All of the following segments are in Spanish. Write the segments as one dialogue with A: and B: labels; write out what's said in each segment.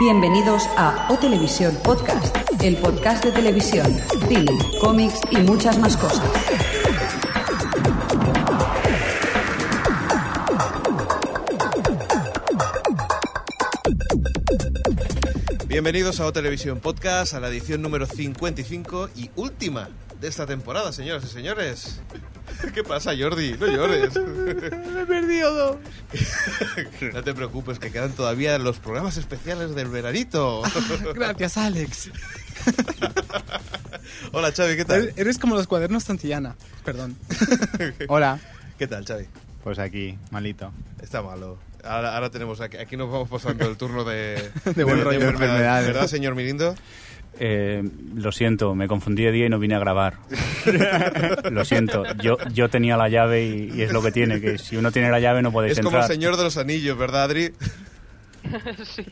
A: Bienvenidos a O Televisión Podcast, el podcast de televisión, cine, cómics y muchas más cosas.
B: Bienvenidos a O Televisión Podcast, a la edición número 55 y última de esta temporada, señoras y señores. ¿Qué pasa, Jordi? No llores.
C: Me he perdido.
B: No te preocupes, que quedan todavía los programas especiales del veranito.
C: Gracias, Alex.
B: Hola, Xavi, ¿qué tal?
C: Eres como los cuadernos Santillana. Perdón. Hola.
B: ¿Qué tal, Xavi?
D: Pues aquí, malito.
B: Está malo. Ahora, ahora tenemos aquí, aquí nos vamos pasando el turno de,
C: De buen rollo.
B: enfermedades.
D: Enfermedades.
B: ¿Verdad, señor Mirindo?
E: Eh, lo siento, me confundí de día y no vine a grabar. lo siento, yo, yo tenía la llave y, y es lo que tiene, que si uno tiene la llave no
B: es
E: podéis
B: como el
E: entrar.
B: señor de los anillos, ¿verdad, Adri?
F: Sí.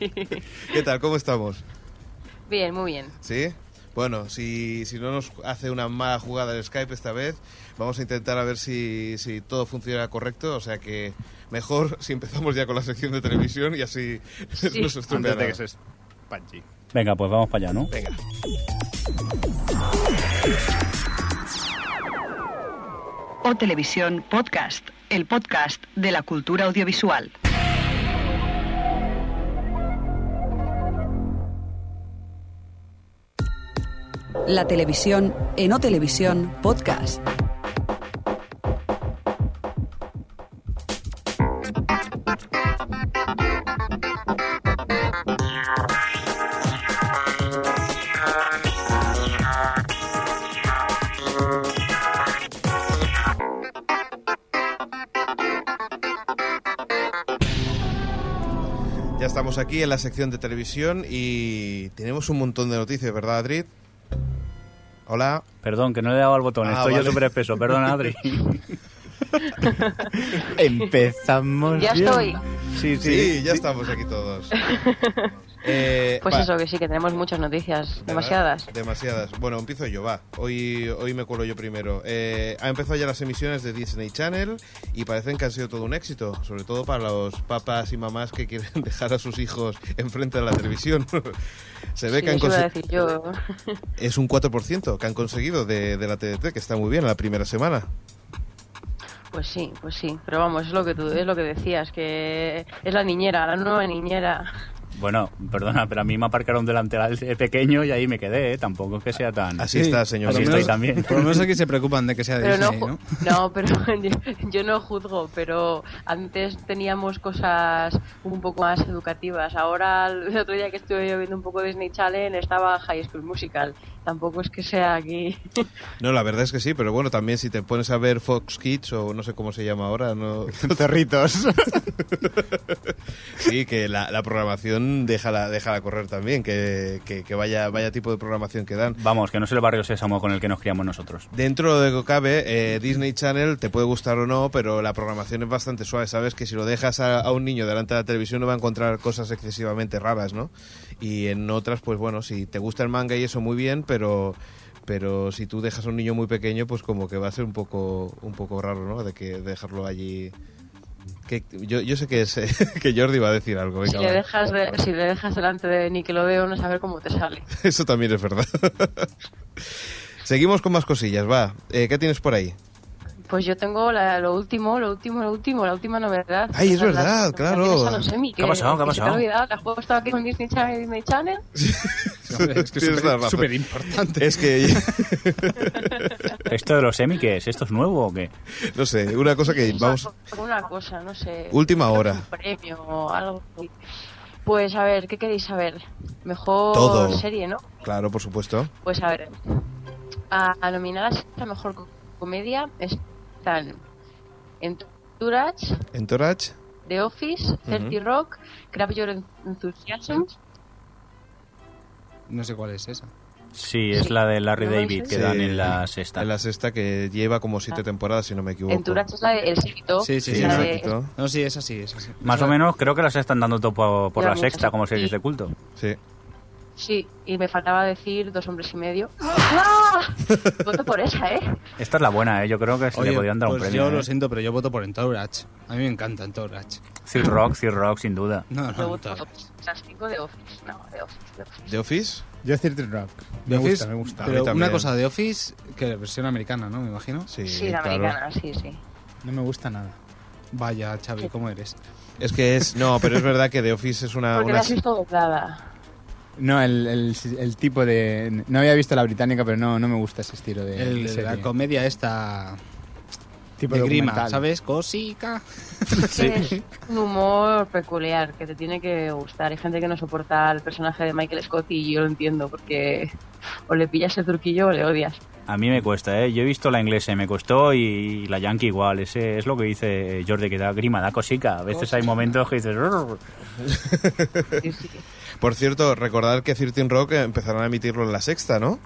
B: ¿Qué tal? ¿Cómo estamos?
F: Bien, muy bien.
B: ¿Sí? Bueno, si, si no nos hace una mala jugada el Skype esta vez, vamos a intentar a ver si, si todo funciona correcto. O sea que mejor si empezamos ya con la sección de televisión y así
F: Sí.
B: nos estropea
D: Antes de
B: nada.
D: que se espanche.
E: Venga, pues vamos para allá, ¿no?
B: Venga.
A: O Televisión Podcast, el podcast de la cultura audiovisual. La televisión en O Televisión Podcast.
B: Ya estamos aquí en la sección de televisión y tenemos un montón de noticias, ¿verdad, Adri? Hola.
E: Perdón, que no le he dado al botón,
B: Ah,
E: estoy
B: vale.
E: yo súper espeso, perdón Adri.
D: Empezamos.
F: Ya
D: bien.
F: estoy.
D: Sí, sí.
B: Sí, ya estamos aquí todos. Eh,
F: Pues
B: va.
F: eso, que sí, que tenemos muchas noticias, demasiadas.
B: Demasiadas. Bueno, empiezo yo, va. Hoy, hoy me cuelo yo primero. Eh, ha empezado ya las emisiones de Disney Channel y parecen que han sido todo un éxito, sobre todo para los papás y mamás que quieren dejar a sus hijos enfrente de la televisión. Se ve
F: Sí,
B: que han
F: eso iba a
B: conse-
F: decir yo.
B: es un 4% que han conseguido de, de la TDT, que está muy bien en la primera semana.
F: Pues sí, pues sí. Pero vamos, es lo que tú, es lo que decías, que es la niñera, la nueva niñera.
E: Bueno, perdona, pero a mí me aparcaron delante del de pequeño y ahí me quedé, ¿eh? tampoco es que sea tan...
B: Así está, señor.
E: Así
C: Por lo
E: estoy
C: menos-
E: también.
C: Por lo menos aquí se preocupan de que sea de
F: Pero no,
C: Disney,
F: ju- no, pero yo, yo no juzgo, pero antes teníamos cosas un poco más educativas. Ahora, el otro día que estuve yo viendo un poco Disney Channel, estaba High School Musical. Tampoco es que sea aquí.
B: No, la verdad es que sí, pero bueno, también si te pones a ver Fox Kids o no sé cómo se llama ahora, no,
D: Cerritos.
B: Sí, que la, la programación déjala, déjala correr también, que, que- que vaya, vaya tipo de programación que dan.
E: Vamos, que no es el barrio sésamo con el que nos criamos nosotros.
B: Dentro de lo que cabe, eh, Disney Channel te puede gustar o no, pero la programación es bastante suave. Sabes que si lo dejas a, a un niño delante de la televisión no va a encontrar cosas excesivamente raras, ¿no? Y en otras, pues bueno, si te gusta el manga y eso muy bien, pero pero si tú dejas a un niño muy pequeño, pues como que va a ser un poco un poco raro, ¿no? De que dejarlo allí. Que, yo, yo sé que es, que Jordi va a decir algo.
F: Si
B: venga,
F: le,
B: va.
F: dejas de- si le dejas delante de Nickelodeon, a saber cómo te sale.
B: Eso también es verdad. Seguimos con más cosillas, va. Eh, ¿Qué tienes por ahí?
F: Pues yo tengo la- lo último, lo último, lo último, la última novedad.
B: Ay, es
F: Las-
B: verdad,
F: las
B: claro.
F: nominaciones a los Emmy,
E: ¿Qué
F: que-
E: ha pasado? ¿Qué ha
F: que se te
E: pasado?
F: olvidado, la juego estaba aquí con Disney Channel, Disney Channel.
C: ¿no? Hombre, es que
B: Tienes la razón.
C: es súper importante.
B: Es que,
E: ¿Esto de los semi qué es? ¿Esto es nuevo o qué?
B: no sé, una cosa que
F: Una
B: vamos...
F: co- Una cosa, no sé.
B: Última hora.
F: Un premio o algo. Pues a ver, ¿qué queréis saber? Mejor
B: Todo.
F: serie, ¿no?
B: Claro, por supuesto.
F: Pues a ver, a, a nominadas a mejor co- comedia están Entourage,
B: Entourage,
F: The Office, 30
B: Ujú.
F: Rock, Grab Your Enthusiasm.
C: No sé cuál es esa.
E: Sí, es la de Larry
F: ¿No lo
E: David que
B: Sí.
E: dan en la sexta.
B: en la sexta que lleva como siete
F: Ah.
B: temporadas, si no me equivoco.
F: Entourage es la de El Séquito.
C: Sí, sí,
B: Sí,
C: sí.
F: la
B: un
C: de-
B: poquito.
C: No, sí, esa sí, esa sí.
E: Más
C: Esa-
E: o menos creo que las están dando todo por, por
F: Ya,
E: la
F: muchas.
E: sexta como series de culto.
B: Sí.
F: Sí, y me faltaba decir Dos Hombres y Medio. ¡Ah! Voto por esa, ¿eh?
E: Esta es la buena, ¿eh? yo creo que se
C: Oye,
E: le podían dar un
C: pues
E: premio.
C: yo
E: ¿eh?
C: lo siento, pero yo voto por Entourage. A mí me encanta Entourage.
E: Seal Rock, Seal Rock, sin duda.
C: No,
F: Luego
C: no.
F: otro Office, las cinco de Office. No, de Office. de Office.
B: ¿The Office?
D: Yo es Circuit Rock.
C: Me
D: Me
C: Office,
D: gusta, me gusta.
B: A mí
C: Pero una
B: también.
C: cosa de Office, que la versión americana, ¿no? Me imagino.
B: Sí,
F: Sí, la
B: claro.
F: americana, sí, sí.
D: No me gusta nada.
C: Vaya, Xavi, ¿cómo eres?
B: Es que es. No, pero es verdad que The Office es una.
F: Porque
B: una-
F: la has visto doblada.
D: No, el, el- el tipo de... No había visto la británica, pero no, no me gusta ese estilo de,
C: El-
D: de serie.
C: la comedia esta
D: tipo
C: de grima,
D: documental.
C: ¿sabes? Cosica.
F: Es un humor peculiar que te tiene que gustar. Hay gente que no soporta el personaje de Michael Scott y yo lo entiendo porque o le pillas el truquillo o le odias.
E: A mí me cuesta, ¿eh? Yo he visto la inglesa y me costó y la yankee igual. Ese es lo que dice Jordi, que da grima, da cosica. A veces hay momentos que dices... "Rrr".
F: Sí, sí.
B: Por cierto, recordar que Cirtin Rock empezarán a emitirlo en la sexta, ¿no?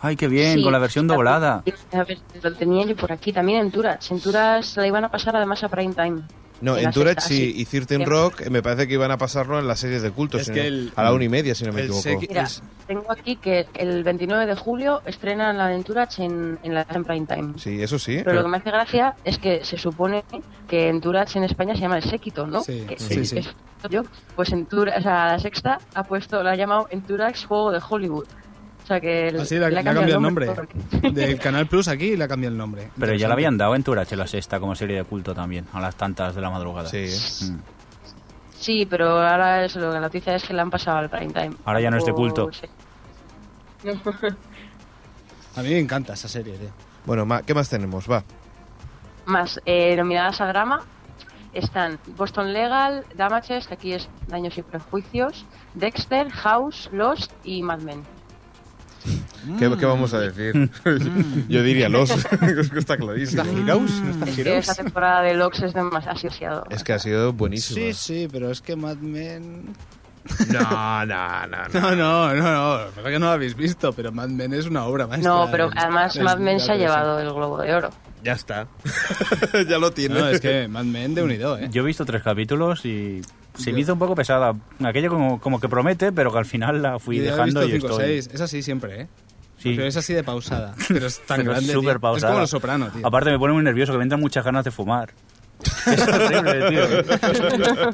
E: ¡Ay, qué bien!
F: Sí,
E: con la versión
F: la-
E: doblada.
F: A ver, lo tenía yo por aquí también en Turach. En Turach la iban a pasar además a Prime Time.
B: No,
F: En
B: en
F: la
B: Turach
F: sexta,
B: sí,
F: sí.
B: y Cirtin
F: Sí.
B: Rock eh, me parece que iban a pasarlo en las series de culto,
C: Es
B: si
C: que
B: no-
C: el-
B: a la una y media, si no me
C: el
B: equivoco.
C: sequi-
F: Mira,
C: Es-
F: tengo aquí que el 29 de julio estrenan la de Turach en, en la en Prime Time.
B: Sí, eso sí.
F: Pero lo que me hace gracia es que se supone que en Turach en España se llama el séquito, ¿no?
C: Sí,
F: Que-
C: sí,
F: que-
C: sí.
F: que- yo, pues en Turach, o sea, la sexta ha puesto, la ha llamado en Turach Juego de Hollywood. O sea que... el-
C: Así la,
F: le
C: Ah, le
F: ha
C: ha cambiado el nombre.
F: porque-
C: Del Canal Plus aquí le ha cambiado el nombre.
E: Pero ya la
C: Interesante.
E: habían dado en Turache la sexta como serie de culto también, a las tantas de la madrugada.
B: Sí.
E: Mm.
F: Sí, pero ahora es, lo, la noticia es que la han pasado al prime time.
E: Ahora ya no es de culto.
F: O- sí.
C: A mí me encanta esa serie, tío.
B: Bueno, ma- ¿qué más tenemos? Va.
F: Más eh, nominadas a drama están Boston Legal, Damages, que aquí es Daños y Prejuicios, Dexter, House, Lost y Mad Men.
B: ¿Qué, qué vamos a decir?
C: Mm.
B: Yo diría los. es que está clarísimo.
D: Heroes? ¿No está
F: Es que
D: Heroes?
F: esta temporada de Lox es demasiado asociado.
B: Es que ha sido buenísimo.
C: Sí, sí, pero es que Mad Men...
B: No, no, no, no.
C: No, no, no, no. Pasa que no la habéis visto, pero Mad Men es una obra maestra.
F: No, pero
C: Es-
F: además
C: eh, es-
F: Mad
C: la
F: Men se ha
C: televisión.
F: llevado el Globo de Oro.
B: Ya está. ya lo tiene.
C: No, es que Mad Men de unido, ¿eh?
E: Yo he visto tres capítulos y se me hizo un poco pesada. Aquello como, como que promete, pero que al final la fui
C: Yo ya he
E: dejando
C: visto
E: y
C: cinco o
E: estoy...
C: seis. Es así siempre, ¿eh?
E: Sí.
C: Pero es así de pausada. Pero es tan
E: Pero es
C: grande.
E: súper
C: tío.
E: pausada.
C: Es como los soprano, tío.
E: Aparte me pone muy nervioso, que me entran muchas ganas de fumar. Es horrible, tío.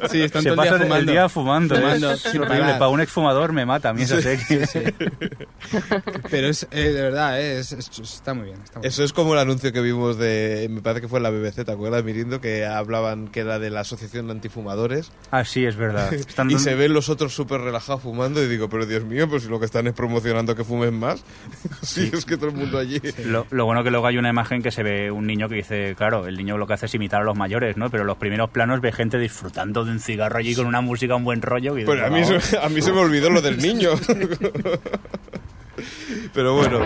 C: Sí, están
E: Se
C: todo el día
E: pasa el-
C: fumando.
E: el día fumando.
C: Fumando,
E: es
C: sin
E: horrible.
C: parar.
E: Para un exfumador me mata a mí esa serie.
C: Pero es, eh, de verdad, eh, es- es- está muy bien. Está muy
B: Eso es como el anuncio que vimos de. Me parece que fue en la BBC, ¿te acuerdas, Mirindo? Que hablaban que era de la Asociación de Antifumadores.
E: Ah, sí, es verdad. Están
B: Y
E: dando-
B: se ven los otros súper relajados fumando. Y digo, pero Dios mío, pues si lo que están es promocionando que fumen más. sí, es que todo el mundo allí.
E: Lo, lo bueno que luego hay una imagen que se ve un niño que dice, claro, el niño lo que hace es imitar a los mayores, ¿no? Pero los primeros planos ve gente disfrutando de un cigarro allí con una música, un buen rollo.
C: Pues
E: "Oh". y
B: Pero a mí,
E: dices,
B: se, a mí se me olvidó lo del niño. Pero bueno,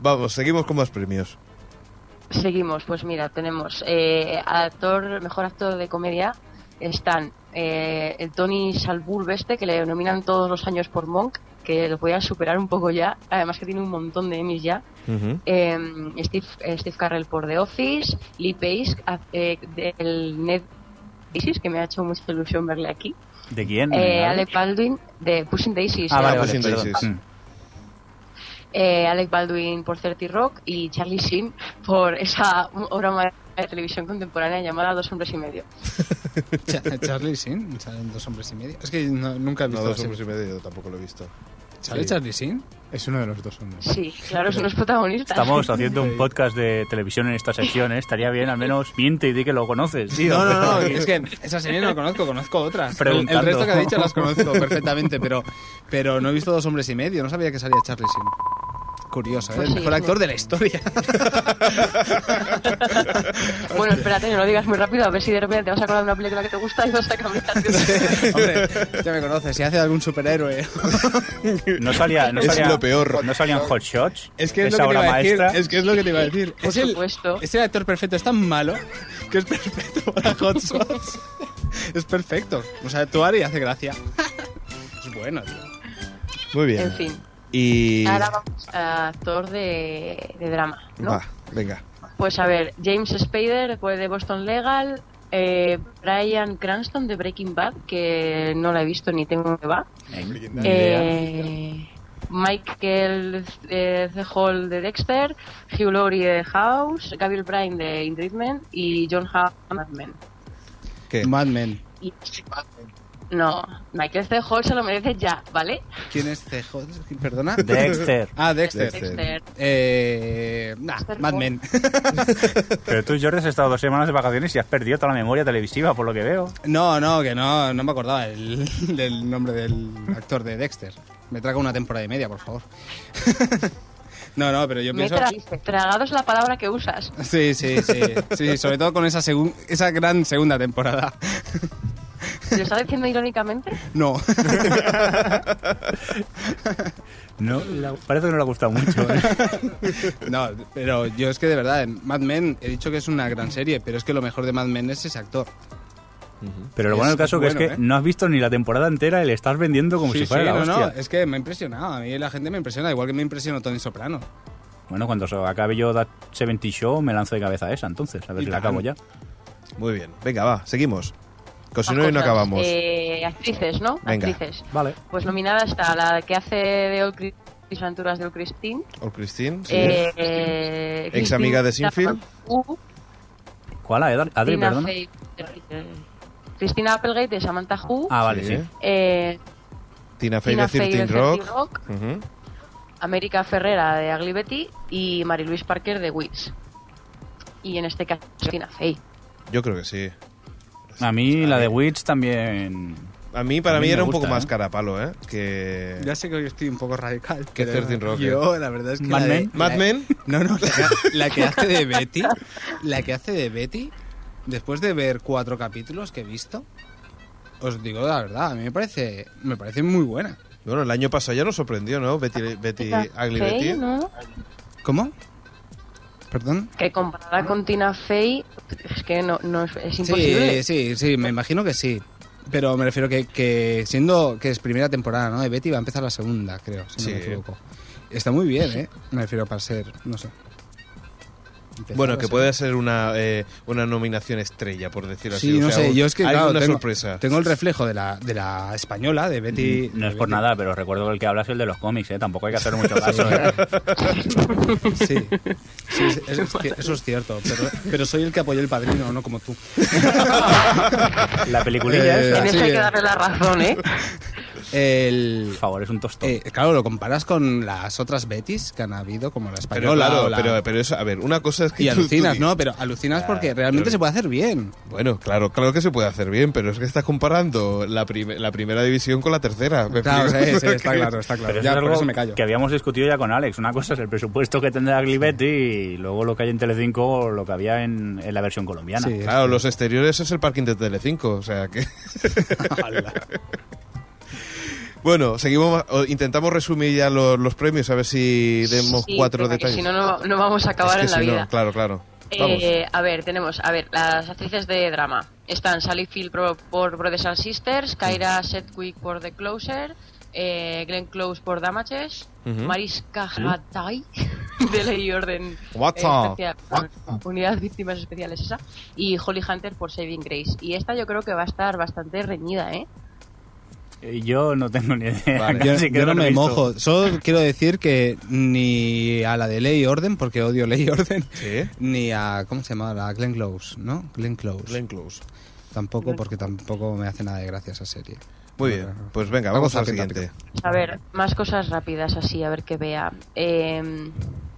B: vamos, seguimos con más premios.
F: Seguimos, pues mira, tenemos eh, actor, mejor actor de comedia están eh, el Tony Salbur este que le nominan todos los años por Monk, que lo voy a superar un poco ya, además que tiene un montón de Emmys ya. Eh, Steve, eh, Steve Carrell por The Office, Lee Pace haz- eh, del Net Daisies, que me ha hecho mucha ilusión verle aquí,
E: "Wow". ¿De quién?
F: eh,
E: ¿De
F: Alec Baldwin de Pushing Daisies,
E: Ah,
F: eh,
E: vale,
B: Ah,
E: vale,
B: Pushing
E: perdón.
B: Daisies.
E: Mm.
F: eh, Alec Baldwin por 30 Rock y Charlie Sheen por esa obra maestra de televisión contemporánea llamada Dos hombres y medio.
C: bien. Cha- Charlie Sin, salen dos hombres y medio. Es que no- nunca he
B: No,
C: visto.
B: dos
C: así.
B: hombres y medio, yo tampoco lo he visto.
C: ¿Sale
B: Sí.
C: Charlie Sin?
D: Es uno de los dos hombres.
F: Sí, claro, son los protagonistas.
E: Estamos haciendo un podcast de televisión en esta sección, ¿eh? Estaría bien, al menos miente y di que lo conoces, tío.
C: No, no, no. es que esa serie no la conozco, conozco otras. El,
E: Preguntando.
C: el resto que ha dicho las conozco perfectamente, pero, pero no he visto dos hombres y medio. No sabía que salía Charlie Sin. Curioso, ¿eh?
F: Pues
C: el
F: sí,
C: mejor
F: sí.
C: actor de la historia.
F: Bueno, espérate, no lo digas muy rápido, a ver si de repente te vas a acordar de una película que te gusta y vas a cambiar.
C: Hombre, ya me conoces, si hace algún superhéroe.
E: No salía, no
B: Es
E: salía-
B: lo peor.
E: No salían hot shots.
C: Es que es,
E: Esa
C: lo que te
E: obra
C: iba a decir.
E: maestra.
C: Es que es lo que te iba a decir.
F: Por
C: es el,
F: supuesto.
C: es el actor perfecto es tan malo que es perfecto para Hot Shots. es perfecto. O sea, actuar y hace gracia. es bueno, tío.
B: Muy bien.
F: En fin,
B: Y.
F: ahora vamos a actor de, de drama, ¿no?
B: Va, venga.
F: Pues a ver, James Spader pues, de Boston Legal, eh, Brian Cranston de Breaking Bad, que no la he visto ni tengo que va.
E: Ni idea.
F: Eh, Michael eh, C. Hall de Dexter, Hugh Laurie de House, Gabriel Bryan de In Treatment y John Hamm de Mad Men.
B: ¿Qué?
C: Mad Men.
F: y no se pasen. No, Michael C. Hall se lo merece ya, ¿vale?
C: ¿Quién es CJ? Perdona.
E: Dexter.
C: Ah, Dexter.
B: Dexter.
F: Dexter.
C: Eh, nah,
F: Dexter
C: Mad
F: Hall.
C: Men.
E: Pero tú, Jordi, has estado dos semanas de vacaciones y has perdido toda la memoria televisiva, por lo que veo.
C: No, no, que no, no me acordaba el- del nombre del actor de Dexter. Me traga una temporada y media, por favor. no, no, pero yo
F: Me
C: pienso...
F: tra- tragados la palabra que usas.
C: Sí, sí, sí, sí, sobre todo con esa, segun- esa gran segunda temporada.
F: ¿Lo está diciendo irónicamente?
C: No,
E: No, la- parece que no le ha gustado mucho. ¿eh?
C: no, pero yo es que de verdad, en Mad Men he dicho que es una gran serie, pero es que lo mejor de Mad Men es ese actor.
E: Pero lo bueno del
C: Es- es
E: caso que
C: bueno,
E: es que
C: ¿eh?
E: no has visto ni la temporada entera y le estás vendiendo como
C: Sí,
E: si fuera
C: sí, no,
E: la
C: no,
E: hostia.
C: es que me ha impresionado, a mí la gente me impresiona, igual que me impresionó Tony Soprano.
E: Bueno, cuando so- acabe yo That 70 Show, me lanzo de cabeza a esa, entonces, a ver
C: Y
E: si la
C: tan.
E: acabo ya.
B: Muy bien. Venga, va, seguimos. Con si
F: Más
B: no, hoy no
F: cosas.
B: acabamos.
F: Eh, actrices, ¿no?
B: Venga.
F: Actrices.
E: Vale.
F: Pues nominada está la que hace de Old Chris- Chris Venturas de Old Christine.
B: O Christine, sí.
F: Eh, eh,
B: Ex amiga de
F: Christina
B: Sinfield.
F: Wu,
E: ¿Cuál? Adri, Adri
F: Christina
E: perdona.
F: Faith- eh, Christina Applegate de Samantha Who.
E: Ah, vale, sí.
F: eh,
B: Tina Fey
F: Tina
B: de
F: Fey de
B: 13
F: Rock.
B: Rock. Ujú.
F: América Ferrera de Ugly Betty y Mary Louise Parker de Wiz. Y en este caso, Christina Fey.
B: Yo creo que sí.
E: A mí la de Witch también...
B: A mí, para
E: A mí
B: mí,
E: me
B: era un
E: gusta,
B: poco más
E: ¿eh?
B: cara a palo, ¿eh? Que...
C: Ya sé que hoy estoy un poco radical.
B: Que
C: pero
B: 13 Rock,
C: Yo, la verdad es que...
E: eh. Mad
C: la de-
E: Men.
B: Mad
C: la-
B: Men.
C: No, no, la que, la que hace de Betty. La que hace de Betty, después de ver cuatro capítulos que he visto, os digo la verdad, a mí me parece, me parece muy buena.
B: Bueno, el año pasado ya nos sorprendió, ¿no? Betty, Betty
F: Tina
B: Ugly
F: Fey,
B: Betty.
F: ¿no?
C: ¿Cómo? ¿Perdón?
F: Que comparada con Tina Fey, es que no, no es, es
C: Sí,
F: imposible.
C: sí, sí, me imagino que sí. Pero me refiero que, que siendo que es primera temporada, ¿no? De Betty va a empezar la segunda, creo, si
B: Sí.
C: no me equivoco. Está muy bien, ¿eh? Me refiero para ser, no sé. Empezar
B: Bueno,
C: la
B: que
C: segunda.
B: puede ser una, eh, una nominación estrella, por decirlo así.
C: Sí,
B: O
C: no
B: sea,
C: sé,
B: un-
C: yo es que
B: hay
C: claro,
B: una
C: tengo,
B: sorpresa. Mm,
C: tengo el reflejo de la, de la española, de Betty.
E: No
C: de
E: es por
C: Betty.
E: nada, pero recuerdo que el que habla es el de los cómics, ¿eh? Tampoco hay que hacer mucho caso. ¿eh?
C: Sí, sí es- es- es que- eso es cierto, pero, pero soy el que apoyó el padrino, no como tú.
E: La peliculilla
C: Eh,
E: esa,
F: En
C: sí.
F: eso hay que darle la razón, ¿eh?
E: por
C: El,
E: favor, es un tostón.
C: eh, claro, lo comparas con las otras Bettys que han habido, como la
B: Pero
C: española.
B: claro,
C: o la-
B: pero, pero eso, a ver, una cosa es que.
C: y
B: tú- tú
C: alucinas,
B: di-
C: ¿no? Pero
E: Ah,
C: alucinas porque realmente
B: pero-
C: se puede hacer bien.
B: Bueno, claro, claro que se puede hacer bien, pero es que estás comparando la, prim- la primera división con la tercera. ¿me
C: Claro, sí,
B: explico?
C: sí, está claro, está
E: Pero
C: claro.
E: eso
C: Ya,
E: es
C: por
E: algo
C: eso me callo.
E: que habíamos discutido ya con Alex. Una cosa es el presupuesto que tendrá Glibetti y luego lo que hay en Telecinco o lo que había en, en la versión colombiana.
C: Sí.
B: Claro, los exteriores es el parking de Telecinco, o sea que... bueno, seguimos, o intentamos resumir ya lo- los premios, a ver si demos
F: Sí,
B: cuatro
F: porque
B: detalles.
F: Si no, no, no vamos a
B: Es
F: acabar
B: que
F: en la
B: si no,
F: vida.
B: claro, claro. Vamos.
F: Eh, a ver, tenemos, a ver, las actrices de drama. Están Sally Field por, por Brothers and Sisters, Kyra Sedgwick por The Closer, eh, Glenn Close por Damages,
B: Ujú.
F: Mariska Hatai de Ley y Orden
B: What's
F: eh,
B: up?
F: especial, Unidad Víctimas Especiales esa, y Holly Hunter por Saving Grace. Y esta yo creo que va a estar bastante reñida, ¿eh?
E: Eh, Yo no tengo ni idea.
B: Vale.
E: casi
C: Yo,
E: que
C: yo no
E: lo he
C: me
E: visto.
C: mojo. Solo quiero decir que ni a la de Ley y Orden, porque odio Ley y Orden,
B: Sí.
C: ni a. ¿Cómo se llama? La Glenn Close, ¿no? Glenn Close.
B: Glenn Close.
C: Tampoco, porque tampoco me hace nada de gracia esa serie.
B: Muy bien, pues venga,
C: Vamos
B: vamos al
C: al
B: siguiente.
F: A ver, más cosas rápidas así, a ver que vea. Eh,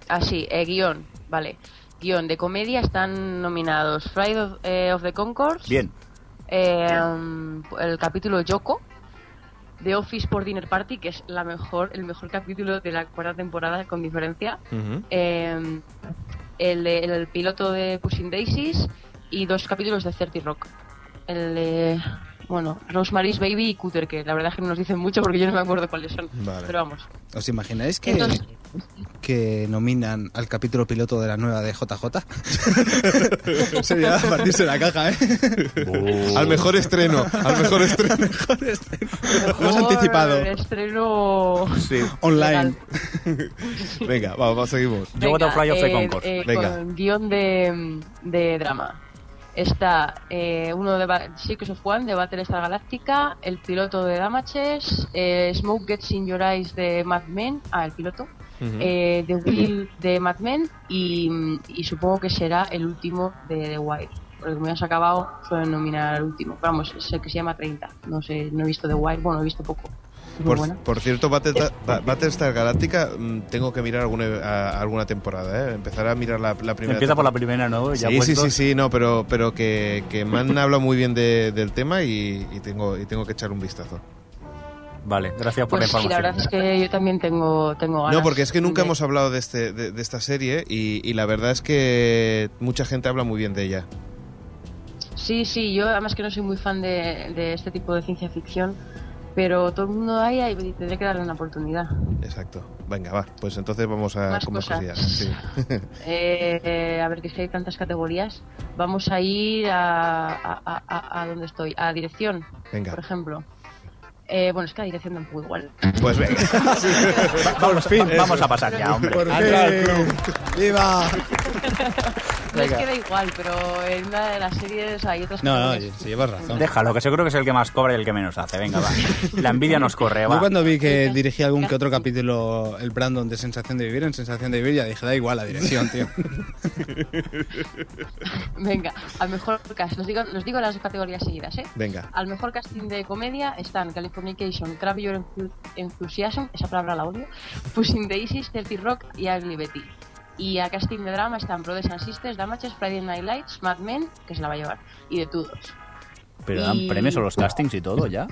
F: así, eh, guión, vale. Guión de comedia están nominados Friday of, eh, of the Concords,
E: Bien.
F: eh, um, el capítulo Yoko, The Office por Dinner Party, que es la mejor, el mejor capítulo de la cuarta temporada con diferencia,
B: Ujú.
F: eh, el, de- el piloto de Pushing Daisies y dos capítulos de 30 Rock. El de, bueno, Rosemary's Baby y Cooter, que la verdad es que no nos dicen mucho porque yo no me acuerdo cuáles son.
B: Vale.
F: Pero vamos.
C: ¿Os imagináis que,
F: Entonces,
C: que nominan al capítulo piloto de la nueva de JJ? Sería partirse la caja, ¿eh?
B: Al mejor estreno, al mejor estreno.
C: Hemos
F: mejor
C: anticipado.
F: Estreno
C: Online.
B: Venga, vamos, vamos, seguimos.
E: Yo voto Fly of the
F: eh,
E: Conchords.
F: eh,
B: Venga.
F: Con guión de, de drama. Está eh, uno de Ba- Secrets of One de Battlestar Galáctica, el piloto de Damages, eh, Smoke Gets in Your Eyes de Mad Men, ah, el piloto,
B: Ujú.
F: eh, The Will de Mad Men y, y supongo que será el último de The Wild. porque como ya se ha acabado, suelen nominar al último. Pero vamos, es el que se llama 30. No sé, no he visto The Wire, bueno, he visto poco. Es
E: Pues
F: muy
B: Por,
F: buena.
B: por cierto, Battlestar, Ba- Battlestar Galáctica, mm, tengo que mirar alguna, a- alguna temporada, ¿eh? Empezar a mirar la, la primera.
E: Empieza
B: temporada.
E: por la primera, ¿no? Ya
B: Sí, sí, sí,
E: puestos.
B: sí, no, pero, pero que, que me han hablado muy bien de- del tema y, y tengo, y tengo que echar un vistazo.
E: Vale, gracias por
F: Pues
E: la
F: sí, la
E: información.
F: verdad es que yo también tengo, tengo ganas.
B: No, porque es que nunca
F: de-
B: hemos hablado de, este, de, de esta serie y, y la verdad es que mucha gente habla muy bien de ella.
F: Sí, sí, yo además que no soy muy fan de, de este tipo de ciencia ficción, pero todo el mundo hay y tendré que darle una oportunidad.
B: Exacto. Venga, va. Pues entonces vamos a...
F: Más
B: con más
F: cosas.
B: cosillas, sí.
F: Eh, eh, a ver, que es que hay tantas categorías. Vamos a ir a, a, a- a- a donde estoy, a dirección, por
B: Venga.
F: ejemplo. Eh, bueno, es que la dirección tampoco igual.
B: Pues venga.
E: Vamos, vamos a pasar ya, hombre.
C: Por fin. Eh, ¡Viva!
F: No es que da igual, pero en una de las series hay otras
C: No, no,
F: categorías.
C: oye, si llevas razón.
E: Déjalo, que yo creo que es el que más cobra y el que menos hace. Venga, va. La envidia nos corre,
C: Yo
E: va.
C: cuando vi que dirigía algún que otro capítulo el Brandon de Sensación de Vivir, en Sensación de Vivir ya dije, da igual la dirección, tío.
F: Venga, al mejor casting. Nos digo, nos digo las categorías seguidas, ¿eh?
B: Venga.
F: Al mejor casting de comedia están Californication, Crave Your Enthu- Enthusiasm, esa palabra la odio, Pushing the Daisies, Dirty Rock y Ugly Betty. Y a casting de drama están Brothers and Sisters, Damages, Friday Night Lights, Mad Men, que se la va a llevar, y de Tudors.
E: Pero dan
F: Y-
E: premios a los castings y todo ya.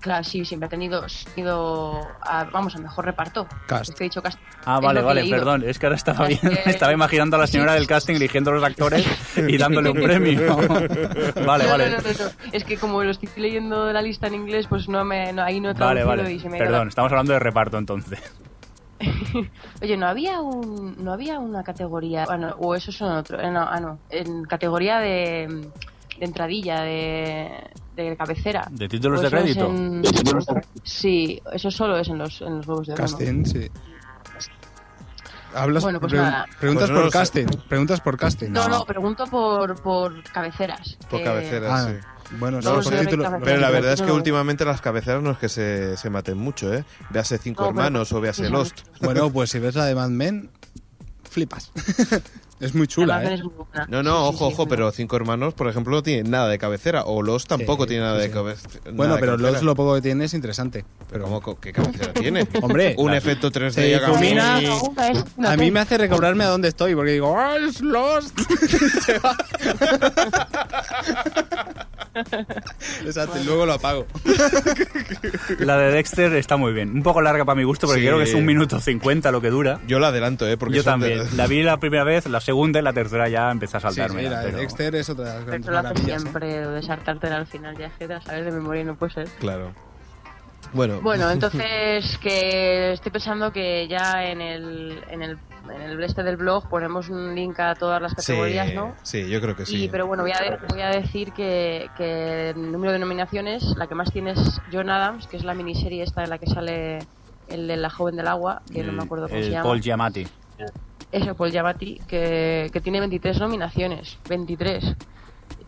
F: Claro, sí, siempre ha tenido, ido a, vamos, a mejor reparto.
C: Cast.
F: Es que he dicho cast.
E: Ah, vale,
F: es lo que he
E: vale,
F: leído.
E: perdón. Es que ahora estaba bien,
F: Eh,
E: estaba imaginando a la señora
F: sí.
E: del casting eligiendo a los actores y dándole un premio. Vale,
F: No,
E: vale.
F: no, no, no, no. Es que como lo estoy leyendo de la lista en inglés, pues no me, no, ahí no he
E: Vale,
F: traducido y
E: vale.
F: se me ha ido la
E: Perdón, estamos hablando de reparto entonces.
F: Oye, ¿no había un, no había una categoría, bueno, o eso son otro, eh, no, ah, no, en categoría de, mm, de entradilla, de, de cabecera.
E: ¿De títulos
F: O
E: de
F: eso es
E: crédito?
F: en- Sí, eso solo es en los, en los huevos de oro. ¿no?
C: Casting, sí. Hablas
F: Bueno, pues
C: pregun-
F: nada.
C: preguntas
B: Pues no
C: por
B: lo sé.
C: casting, preguntas por casting.
F: No, no, pregunto por, por cabeceras.
B: Por
F: que-
B: cabeceras.
C: Ah,
B: sí.
C: bueno,
F: No
C: sí,
F: lo
C: por
F: sé
C: título-
F: directamente.
B: Pero la verdad es que
F: No.
B: últimamente las cabeceras no es que se, se maten mucho, ¿eh? Véase Cinco
F: No, pero-
B: Hermanos o véase
F: sí,
B: Lost.
C: Bueno, pues si ves la de Mad Men, flipas. es muy
F: Además,
C: chula,
F: eres
C: ¿eh?
F: muy buena.
B: No,
F: Sí,
B: no,
F: sí,
B: ojo,
F: sí,
B: ojo,
F: muy
B: pero Cinco Hermanos, por ejemplo, no tiene nada de cabecera. O Lost tampoco
C: Sí,
B: tiene nada
C: sí,
B: de
C: sí.
B: cabecera.
C: Bueno, pero
B: los
C: Lost lo poco que tiene es interesante. Pero
B: ¿Cómo, co- ¿Qué cabecera tiene?
C: Hombre,
B: un
E: la-
B: efecto 3D.
C: se
B: ya acabó.
C: ilumina.
F: buena. No, una es una
C: a mí
F: pena.
C: me hace recobrarme a dónde estoy, porque digo, ¡ah, es Lost! Se va. Exacto, y luego lo apago.
E: La de Dexter está muy bien. Un poco larga para mi gusto, porque
B: Sí.
E: creo que es un minuto cincuenta lo que dura.
B: Yo la adelanto, ¿eh? Porque
E: Yo
B: son de-
E: también. La vi la primera vez, la segunda y la tercera ya empecé a
C: Sí,
E: saltarme.
C: sí, la de Dexter es otra de las grandes
F: Pero lo haces
C: maravillas. ¿eh?
F: siempre, lo de saltártela al final, ya es que te la sabes de memoria y no puede ser.
B: Claro. Bueno,
F: Bueno, entonces que estoy pensando que ya en el, en el, en el este del blog ponemos un link a todas las
B: sí,
F: categorías, ¿no?
B: sí, yo creo que sí.
F: Y, pero bueno, voy a, de- voy a decir que, que el número de nominaciones, la que más tiene es John Adams, que es la miniserie esta en la que sale el de La Joven del Agua, que no me acuerdo cómo se
E: el
F: llama.
E: Paul Giamatti.
F: Es el Paul Giamatti, que, que tiene 23 nominaciones. 23.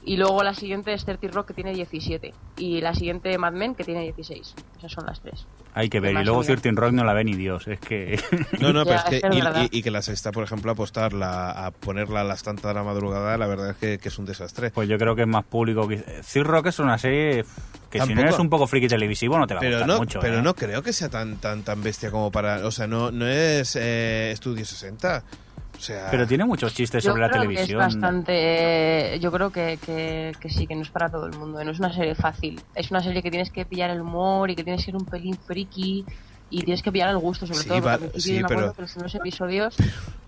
F: Y luego la siguiente es 30 Rock, que tiene 17. Y la siguiente Mad Men, que tiene 16. Esas son las tres.
E: Hay que ver. Y
F: Además,
E: luego
F: mira.
E: Certain Rock no la ve ni Dios. Es que.
B: No, no, pero es
F: Ya,
B: que.
F: es que es
B: y-
F: verdad.
B: Y, y que la sexta, por ejemplo, apostarla a ponerla a las tantas de la madrugada, la verdad es que, que es un desastre.
E: Pues yo creo que es más público. que- Third Rock es una serie que si
B: Tampoco-
E: no eres un poco friki televisivo no te va a
B: Pero
E: gustar
B: no,
E: mucho.
B: pero
E: ¿eh?
B: no creo que sea tan tan tan bestia como para, o sea, no no es eh, Estudio 60. O sea,
E: Pero tiene muchos chistes
F: Yo
E: sobre la
F: creo que
E: televisión.
F: es bastante. eh, yo creo que, que- que sí, que no es para todo el mundo. ¿eh? No es una serie fácil. Es una serie que tienes que pillar el humor y que tienes que ser un pelín friki y tienes que pillar el gusto, sobre
B: Sí,
F: todo. porque
B: va-
F: al principio
B: sí,
F: yo me acuerdo
B: pero-
F: que los primeros episodios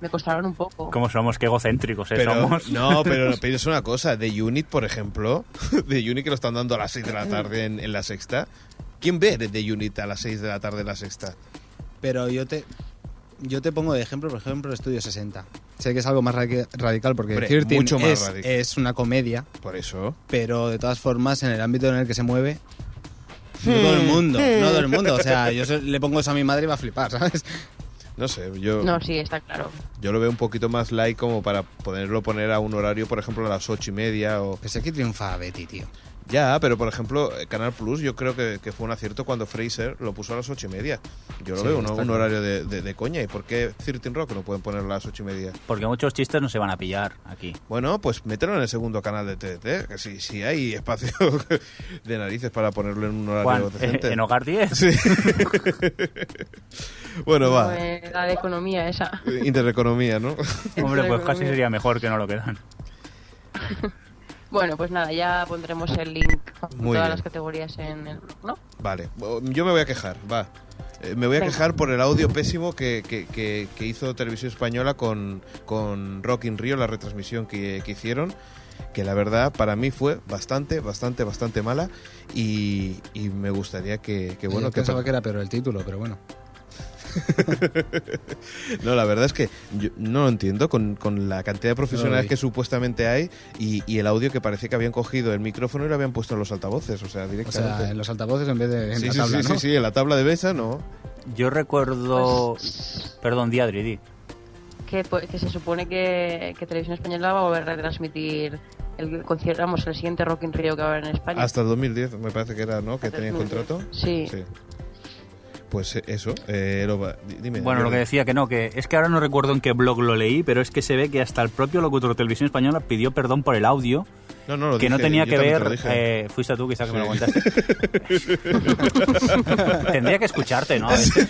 F: me costaron un poco.
E: ¿Cómo somos? Qué egocéntricos ¿eh?
B: pero-
E: somos.
B: no, pero, pero es una cosa, de Unit, por ejemplo, de Unit que lo están dando a las 6 de la tarde en, en la sexta. ¿Quién ve de Unit a las 6 de la tarde en la sexta?
C: ¿eh? Pero yo te, yo te pongo de ejemplo, por ejemplo, Estudio 60. Sé que es algo más radica- radical porque
B: Hombre,
C: Thirteen
B: mucho más
C: es,
B: radical.
C: es una comedia,
B: Por eso.
C: pero de todas formas, en el ámbito en el que se mueve, no todo el mundo, no todo el mundo. O sea, yo se- le pongo eso a mi madre y va a flipar, ¿sabes?
B: No sé, yo
F: No, sí, está claro.
B: yo lo veo un poquito más light como para poderlo poner a un horario, por ejemplo, a las ocho y media o
C: Pensé que triunfa Betty, tío.
B: Ya, pero por ejemplo, eh, Canal Plus, yo creo que, que fue un acierto cuando Fraser lo puso a las ocho y media. Yo lo
E: Sí,
B: veo,
E: está
B: ¿no? un
E: claro.
B: horario de, de- de coña. ¿Y por qué 13 Rock no pueden ponerlo a las ocho y media?
E: Porque muchos chistes no se van a pillar aquí.
B: Bueno, pues mételo en el segundo canal de TDT, que si, si hay espacio de narices para ponerlo en un horario
E: Juan, eh,
B: decente.
E: en Hogar 10.
B: Sí. bueno, va.
F: Eh, La de economía esa.
B: Intereconomía, ¿no?
E: Hombre, pues casi sería mejor que no lo quedan.
F: Bueno, pues nada, ya pondremos el link con
B: Muy
F: todas
B: bien.
F: las categorías en el blog, ¿no?
B: Vale, yo me voy a quejar, va. Eh, Me voy a
F: Venga.
B: quejar por el audio pésimo que, que- que- que hizo Televisión Española con, con Rock in Rio, la retransmisión que, que hicieron, que la verdad para mí fue bastante, bastante, bastante mala y, y me gustaría que, que, bueno,
C: Yo
B: que,
C: pensaba que era pero el título, pero bueno.
B: No, la verdad es que yo no lo entiendo con, con la cantidad de profesionales
C: Ay.
B: que supuestamente hay y, y el audio que parecía que habían cogido el micrófono y lo habían puesto en los altavoces, o sea,
C: O
B: directamente.
C: sea, en los altavoces en vez de en
B: sí,
C: la
B: sí,
C: tabla,
B: sí,
C: ¿no?
B: sí, sí, en la tabla de Besa no.
E: Yo recuerdo... Perdón, Diadri, di.
F: Pues, Que, po- que se supone que, que Televisión Española va a volver a retransmitir el concierto, vamos, el siguiente Rock in Rio que va a haber en España.
B: Hasta el 2010 me parece que era, ¿no? Que tenían contrato.
F: Sí.
B: Sí. Pues eh, eso, eh, lo va- di- dime.
E: Bueno, lo que
B: Jordi.
E: decía que no, que es que ahora no recuerdo en qué blog lo leí, pero es que se ve que hasta el propio locutor de televisión española pidió perdón por el audio,
B: No, no, lo
E: que no
B: dije,
E: tenía
B: yo
E: que
B: también te
E: ver.
B: lo dije.
E: eh, fuiste tú, quizás que me lo
B: Sí.
E: contaste. Tendría que escucharte, ¿no? A veces.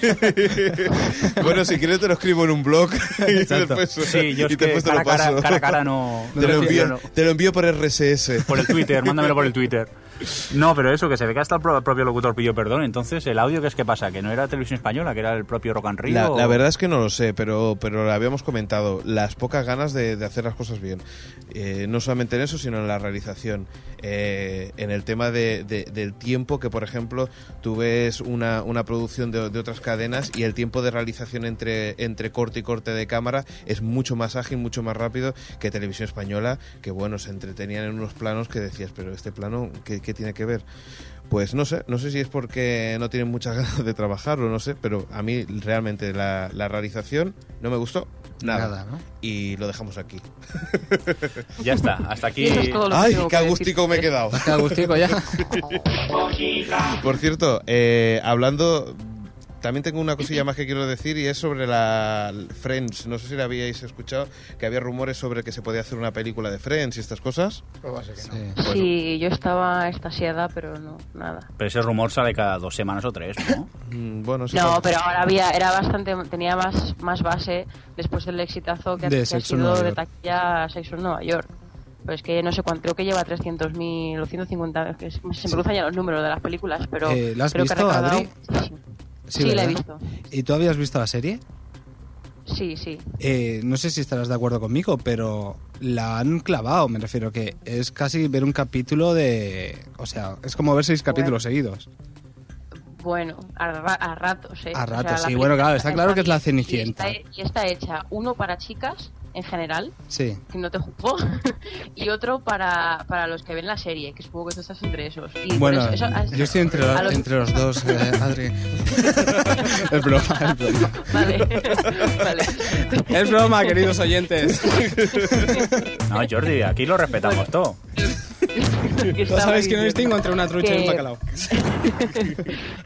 B: bueno, si quieres te lo escribo en un blog y después,
E: Sí, yo
B: y
E: es que
B: después te
E: cara
B: lo
E: a cara,
B: paso.
E: cara a cara no.
B: te, lo
E: no-
B: envío,
E: no-
B: te lo envío por RSS.
E: Por el Twitter, mándamelo por el Twitter. No, pero eso, que se ve que hasta el pro- propio locutor pidió perdón. Entonces, ¿el audio que es que pasa? ¿Que no era televisión española? ¿Que era el propio Rock and Rio?
B: La, la
E: o-
B: verdad es que no lo sé, pero, pero lo habíamos comentado, las pocas ganas de, de hacer las cosas bien. Eh, no solamente en eso, sino en la realización. Eh, en el tema de- de- del tiempo, que por ejemplo, tú ves una, una producción de, de otras cadenas y el tiempo de realización entre, entre corte y corte de cámara es mucho más ágil, mucho más rápido que Televisión Española, que bueno, se entretenían en unos planos que decías, pero este plano, ¿qué, qué tiene que ver? Pues no sé, no sé si es porque no tienen muchas ganas de trabajarlo, no sé, pero a mí realmente la, la realización no me gustó nada.
C: Nada, ¿no?
B: Y lo dejamos aquí.
E: Ya está, hasta
F: Y eso es
E: aquí.
F: todo lo que
B: ¡Ay,
F: tengo
B: qué
F: que
B: agustico me he
F: decirte.
B: quedado!
C: Está agustico ya.
B: Por cierto, eh, hablando, también tengo una cosilla más que quiero decir y es sobre la Friends. No sé si la habíais escuchado, que había rumores sobre que se podía hacer una película de Friends y estas cosas.
C: Sí.
F: Sí, yo estaba estasiada, pero no, nada.
E: Pero ese rumor sale cada dos semanas o tres, ¿no?
B: Mm, Bueno, sí,
F: No,
B: bueno.
F: pero ahora había, era bastante, tenía más, más base después del exitazo que, ha-
C: De
F: que ha
C: Sexo en
F: sido
C: Nueva
F: de
C: York.
F: taquilla Sexo en Nueva York. Pero es que no sé cuánto, creo que lleva 300.000 o 150, que se me cruzan ya los números de las películas, pero
C: Eh, ¿la has
F: creo que ha
C: visto,
F: recaudado
C: Adri?
F: muchísimo. Sí, la he
C: ¿verdad?
F: visto.
C: ¿Y tú habías visto la serie?
F: Sí, sí.
C: Eh, no sé si estarás de acuerdo conmigo, pero la han clavado, me refiero que es casi ver un capítulo de... O sea, es como ver seis capítulos seguidos.
F: Bueno, a, ra- a ratos, ¿eh?
C: A
F: O sea,
C: ratos,
F: la
C: sí. Bueno, claro,
F: película
C: está
F: en
C: claro que es la
F: París
C: Cenicienta.
F: Y está, y está hecha uno para chicas en general,
C: Sí.
F: que no te juzgo, y otro para, para los que ven la serie, que supongo que tú estás entre esos. Y por
C: Bueno,
F: eso- eso has-
C: yo estoy entre,
F: a
C: los... entre los dos, eh, Adri. es broma, es broma.
F: Vale, vale.
C: Es broma, queridos oyentes.
E: No, Jordi, aquí lo respetamos todo.
C: Ya sabéis que no distingo
F: distingo
C: entre una trucha y un
F: Que-
C: bacalao.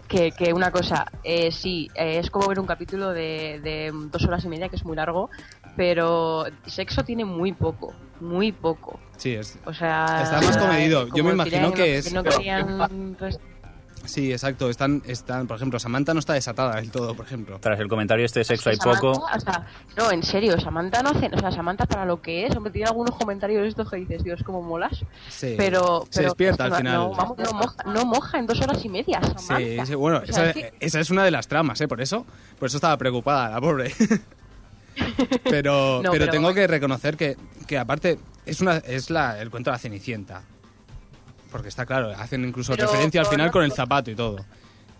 F: que, que una cosa, eh, sí, eh, es como ver un capítulo de, de dos horas y media, que es muy largo, pero sexo tiene muy poco, muy poco.
C: Sí, es...
F: O sea,
C: Está más comedido. Yo
F: como
C: me imagino
F: querían-
C: que es-
F: no querían- pues,
C: sí, exacto. Están, están, por ejemplo, Samantha no está desatada del todo, por ejemplo.
E: Tras el comentario este de sexo hay
F: Samantha,
E: poco.
F: o sea, no, en serio, Samantha no hace, o sea, Samantha para lo que es, hombre, tiene algunos comentarios de estos que dices, Dios, cómo molas,
C: Sí.
F: pero,
C: se
F: pero-
C: despierta al
F: no,
C: final.
F: No, vamos, no moja, no moja en dos horas y media, Samantha.
C: Sí, sí, bueno,
F: O
C: esa,
F: sea, es que-
C: esa es una de las tramas, ¿eh? Por eso, por eso estaba preocupada, la pobre. pero,
F: No,
C: pero,
F: pero-
C: tengo que reconocer que, que aparte, es, una, es la, el cuento de la Cenicienta. Porque está claro, hacen incluso
F: Pero
C: referencia al
F: con
C: final con el
F: otro-
C: zapato y todo.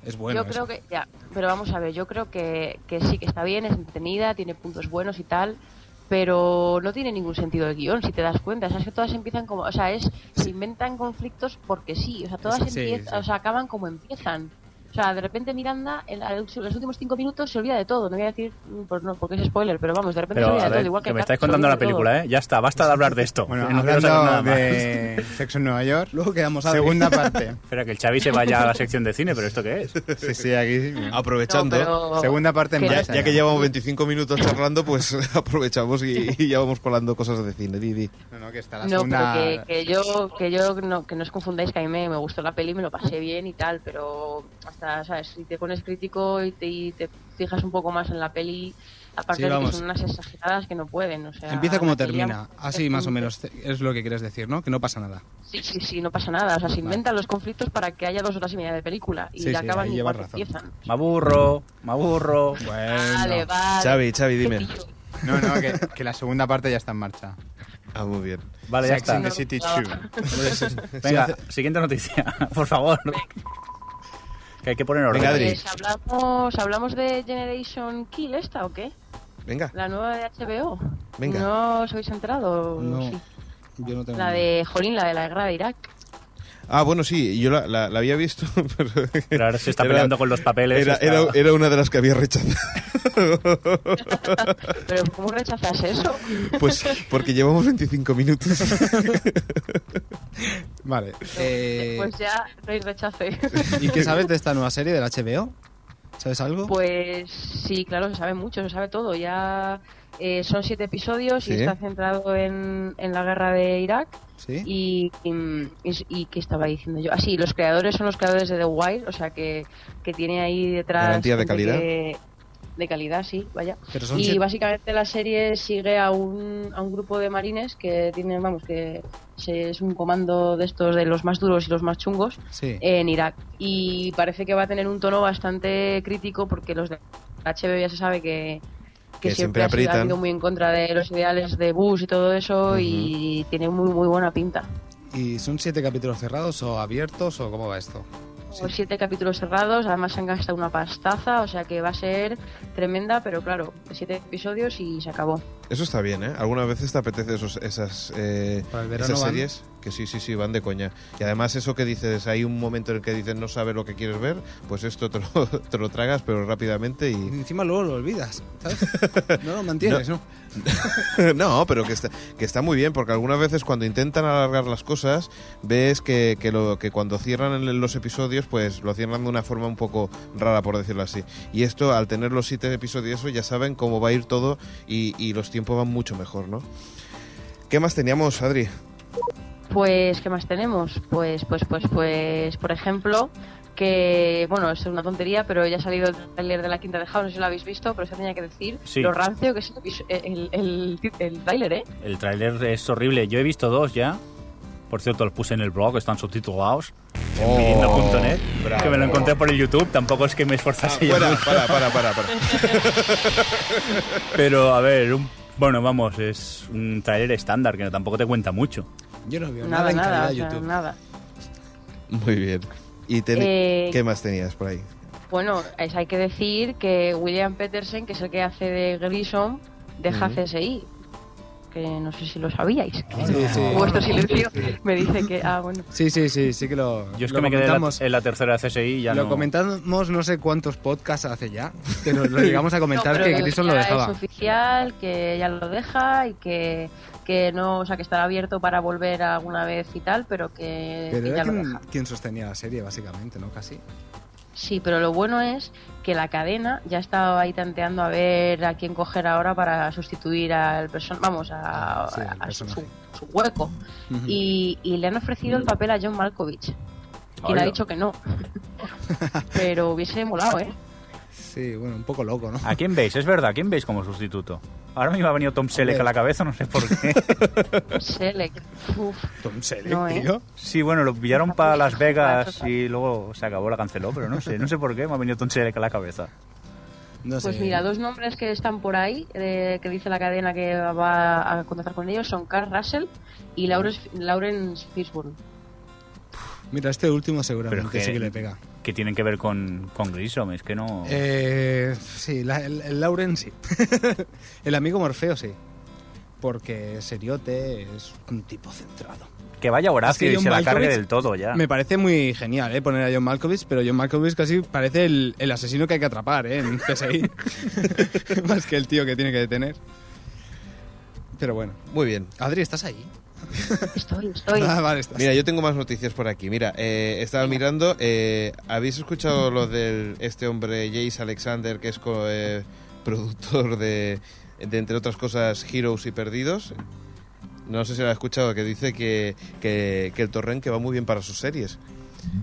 C: Es bueno.
F: yo
C: eso.
F: creo que, ya, pero vamos a ver, yo creo que, que sí que está bien, es entretenida, tiene puntos buenos y tal, pero no tiene ningún sentido el guión, si te das cuenta. O sea, es que todas empiezan como, o sea, es, se inventan conflictos porque sí, o sea, todas
C: Sí,
F: empiezan,
C: sí.
F: o sea, acaban como empiezan. O sea, de repente Miranda, en, la- en los últimos cinco minutos, se olvida de todo. No voy a decir, mm, pues no, porque es spoiler, pero vamos, de repente se
E: Pero a
F: olvida de todo.
E: ver,
F: Igual que,
E: que me estáis contando la película, ¿eh? Ya está, basta de hablar de esto.
D: Bueno,
E: no quiero saber nada
D: hablando
E: más.
D: de Sexo en Nueva York,
C: Luego quedamos a
D: segunda parte.
E: Espera, que el Xavi se vaya a la sección de cine, pero ¿esto qué es?
D: Sí, sí, aquí.
B: Aprovechando.
D: Segunda parte en
F: que-
B: Ya,
D: marcha,
B: ya que llevamos 25 minutos charlando, pues aprovechamos y, y ya vamos colando cosas de cine. Didi.
D: No, no, que está la
F: no,
D: segunda.
F: pero que, que yo, que yo no, que no os confundáis, que a mí me, me gustó la peli, me lo pasé bien y tal, pero hasta, ¿sabes? Si te pones crítico y te, y te fijas un poco más en la peli, aparte
C: Sí,
F: de que
C: vamos.
F: son unas exageradas que no pueden, o sea...
C: Empieza como
F: la peli
C: termina.
F: es
C: Así más o
F: un-
C: menos es lo que quieres decir, ¿no? Que no pasa nada.
F: Sí, sí, sí, no pasa nada, o sea, se inventan los conflictos para que haya dos horas y media de película y
C: Sí,
F: la
C: sí,
F: acaban
C: ahí
F: y
C: llevas
F: cuando
C: razón. Eh,
F: empiezan.
E: Me aburro, me aburro.
F: Vale, vale.
B: Xavi, Xavi,
F: Qué
B: dime.
F: tío.
D: No, no, que, que la segunda parte ya está en marcha.
B: Ah, muy bien.
E: Vale, ya
D: Sex in
E: está.
D: the City 2.
E: Venga, siguiente noticia, por favor. Que hay que poner orden.
B: Venga, Adri.
F: Pues hablamos, hablamos de Generation Kill esta o qué?
B: Venga.
F: La nueva de HBO.
B: Venga.
F: ¿No os habéis enterado?
C: No,
F: Sí.
C: yo no tengo
F: La de Jolín, la de la guerra de Irak.
B: Ah, bueno, sí, yo la, la- la había visto. Pero,
E: Pero ahora se está
B: Era-
E: peleando con los papeles.
B: Era,
E: está-
B: era- era una de las que había rechazado.
F: Pero ¿cómo rechazas eso?
B: Pues porque llevamos 25 minutos.
D: Vale.
C: Eh,
F: Pues ya no hay rechace.
C: ¿Y qué sabes de esta nueva serie del HBO? ¿Sabes algo?
F: Pues sí, claro, se sabe mucho, se sabe todo. Ya eh, son siete episodios
B: Sí.
F: y está centrado en, en la guerra de Irak.
C: sí.
F: Y, y, y qué estaba diciendo yo. Ah, sí, los creadores son los creadores de The Wild, o sea que, que tiene ahí detrás.
B: Garantía de
F: gente
B: calidad.
F: que- de calidad, sí, vaya.
C: Pero son
F: y
C: siete-
F: básicamente la serie sigue a un, a un grupo de marines que tienen, vamos, que se- es un comando de estos de los más duros y los más chungos
C: Sí.
F: en Irak. Y parece que va a tener un tono bastante crítico porque los de HBO ya se sabe que, que
B: Que siempre
F: siempre, ha sido-
B: aprietan.
F: ha sido muy en contra de los ideales de Bush y todo eso y tiene muy, muy buena pinta.
C: ¿Y son siete capítulos cerrados o abiertos o cómo va esto?
F: Como Siete capítulos cerrados, además se han gastado una pastaza, o sea que va a ser tremenda, pero claro, siete episodios y se acabó.
B: Eso está bien, ¿eh? Algunas veces te apetece esos- esas, eh,
C: Para el verano
B: esas
C: van.
B: series que sí, sí, sí, van de coña. Y además eso que dices, hay un momento en el que dices no sabes lo que quieres ver, pues esto te lo, te lo tragas pero rápidamente
C: Y
B: y...
C: encima luego lo olvidas, ¿sabes? No lo mantienes, ¿no?
B: no, pero que está, que está muy bien, porque algunas veces cuando intentan alargar las cosas, ves que, que lo, que cuando cierran el- los episodios, pues lo cierran de una forma un poco rara, por decirlo así. Y esto, al tener los siete episodios, eso, ya saben cómo va a ir todo y, y los tiempos van mucho mejor, ¿no? ¿Qué más teníamos, Adri?
F: Pues, ¿qué más tenemos? Pues, pues, pues, pues, por ejemplo, que, bueno, es una tontería, pero ya ha salido el tráiler de la quinta de House, no sé si lo habéis visto, pero se tenía que decir
E: Sí.
F: lo rancio que es el, vis- el, el, el tráiler, ¿eh?
E: El tráiler es horrible. Yo he visto dos ya. Por cierto, los puse en el blog, están subtitulados. en mirindo.net,
B: Oh. bravo.
E: ¿eh?
B: Ah,
E: que me lo encontré por el YouTube, tampoco es que me esforzase yo.
B: Fuera, para, para, para, para.
E: Pero a ver, un- bueno, vamos, es un tráiler estándar que tampoco te cuenta mucho.
C: Yo no veo nada,
F: Nada,
C: en
F: nada,
C: calidad
F: o sea,
C: YouTube.
F: nada.
B: Muy bien. ¿Y teni-
F: Eh,
B: qué más tenías por ahí?
F: Bueno, es- hay que decir que William Peterson, que es el que hace de Grissom, deja CSI. Que no sé si lo sabíais.
C: Sí,
F: Vuestro
C: sí.
F: silencio me dice que. Ah, bueno.
C: Sí, sí, sí, sí que lo.
E: Yo es
C: lo
E: que me quedé en la,
C: comentamos.
E: en la tercera CSI y ya
C: lo
E: no...
C: comentamos no sé cuántos podcasts hace ya, pero lo llegamos a comentar
F: No,
C: que
F: pero
C: Grison lo
F: ya
C: dejaba.
F: Es oficial, que ya lo deja y que, que no, o sea, que estará abierto para volver alguna vez y tal, pero que,
C: Pero
F: que
C: era
F: ya lo
C: quien,
F: deja.
C: quien sostenía la serie, básicamente, ¿no? Casi.
F: Sí, pero lo bueno es que la cadena ya estaba ahí tanteando a ver a quién coger ahora para sustituir al personaje, vamos, a,
C: Ah, sí, al
F: a su,
C: personaje. Mm.
F: su hueco. y, y le han ofrecido el papel a John Malkovich. Y le
E: Hola.
F: ha dicho que no. pero hubiese molado, ¿eh?
C: Sí, bueno, un poco loco, ¿no?
E: ¿A quién veis? Es verdad, ¿a quién veis como sustituto? Ahora me iba a venir Tom Selleck a la cabeza, no sé por qué.
F: Selec. Uf.
C: Tom Selleck,
F: No, ¿eh?
C: tío.
E: Sí, bueno, lo pillaron para Las Vegas y luego se acabó, la canceló, pero no sé, no sé por qué me ha venido Tom Selleck a la cabeza.
C: No sé.
F: Pues mira, dos nombres que están por ahí, eh, que dice la cadena que va a contactar con ellos, son Carl Russell y Lawrence, Lawrence Fishburne.
C: Mira, este último seguramente
E: Pero es que-
C: sí que le pega.
E: Que tienen que ver con, con Grissom, es que no...
C: Eh, sí, la- el, el Lauren sí. el amigo Morfeo sí. porque Seriote es un tipo centrado.
E: Que vaya
C: Es
E: Horacio
C: que
E: y
C: John
E: se la
C: Malkovich
E: cargue del todo ya.
C: Me parece muy genial, ¿eh? Poner a John Malkovich, pero John Malkovich casi parece el, el asesino que hay que atrapar, ¿eh? En CSI. Más que el tío que tiene que detener. Pero bueno.
B: Muy bien.
C: Adri, ¿estás ahí?
F: Estoy, estoy.
C: Ah, vale, estás.
B: Mira, yo tengo más noticias por aquí. Mira, eh, estaba mirando. eh, ¿Habéis escuchado lo del este hombre, Jace Alexander, que es co- eh, productor de, de, entre otras cosas, Heroes y Perdidos? No sé si lo has escuchado, que dice que, que, que el torrent que va muy bien para sus series.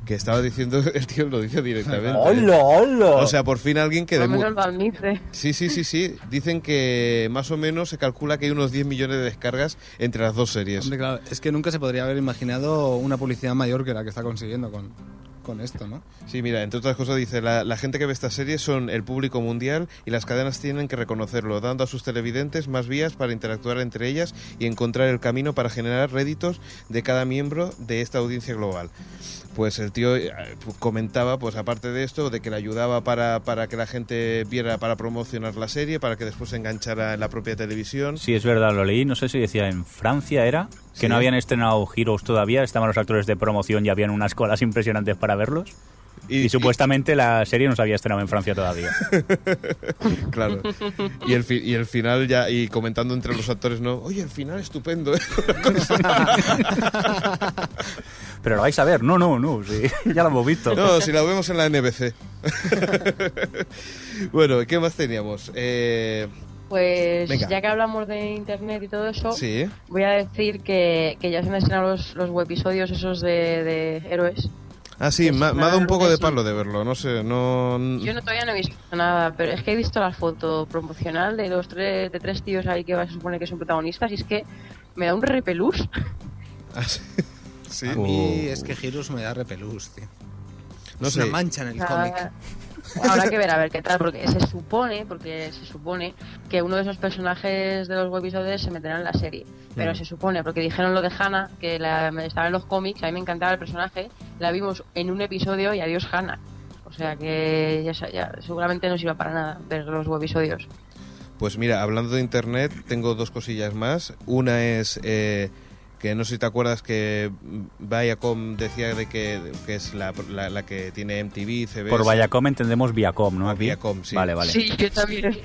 B: Que estaba diciendo, el tío lo dice directamente.
E: ¡Hola, hola!
B: O sea, por fin alguien que...
F: Por
B: de
F: lo
B: mu-
F: menos lo admite.
B: Sí, sí, sí, sí. Dicen que más o menos se calcula que hay unos 10 millones de descargas entre las dos series.
C: Hombre, claro, es que nunca se podría haber imaginado una publicidad mayor que la que está consiguiendo con, con esto, ¿no?
B: Sí, mira, entre otras cosas dice, la, la gente que ve esta serie son el público mundial y las cadenas tienen que reconocerlo, dando a sus televidentes más vías para interactuar entre ellas y encontrar el camino para generar réditos de cada miembro de esta audiencia global. Pues el tío eh, comentaba, pues aparte de esto, de que le ayudaba para, para que la gente viera, para promocionar la serie, para que después se enganchara en la propia televisión.
E: Sí, es verdad, lo leí. No sé si decía en Francia era que
B: Sí.
E: no habían estrenado Heroes todavía, estaban los actores de promoción y habían unas colas impresionantes para verlos. Y, supuestamente la serie no se había estrenado en Francia todavía.
B: Claro. Y el, fi- y el final ya, y comentando entre los actores, ¿no? Oye, el final estupendo. ¿eh?".
E: Pero lo vais a ver. No, no, no. sí, ya lo hemos visto.
B: No, si la vemos en la NBC. bueno, ¿qué más teníamos? Eh,
F: Pues
B: Venga.
F: ya que hablamos de internet y todo eso,
B: sí,
F: voy a decir que, que ya se han estrenado los, los webisodios esos de, de héroes.
B: Ah, sí,
F: Eso,
B: me, ha- me ha dado un
F: claro
B: poco
F: que
B: de
F: sí.
B: palo de verlo, no sé, no...
F: Yo no, todavía no he visto nada, pero es que he visto la foto promocional de los tres, de tres tíos ahí que se supone que son protagonistas y es que me da un repelús.
B: Ah, sí. Sí.
F: Ah,
C: A mí es que Heroes me da repelús, tío.
B: No
C: es
B: sé.
C: una mancha en el cómic.
F: Ah, Habrá que ver a ver qué tal, porque se supone, porque se supone que uno de esos personajes de los webisodes se meterá en la serie. Pero
B: Mm.
F: se supone, porque dijeron lo de Hannah, que la, estaba en los cómics, a mí me encantaba el personaje, la vimos en un episodio y adiós Hannah. O sea que ya, sa- ya seguramente no sirva para nada ver los webisodios.
B: Pues mira, hablando de internet, tengo dos cosillas más. Una es eh, que no sé si te acuerdas que Viacom decía de que, que es la, la- la que tiene MTV, CBS...
E: Por Viacom entendemos Viacom, ¿no?
B: Ah,
E: Aquí.
B: Viacom, sí.
E: Vale, vale.
F: Sí, yo también.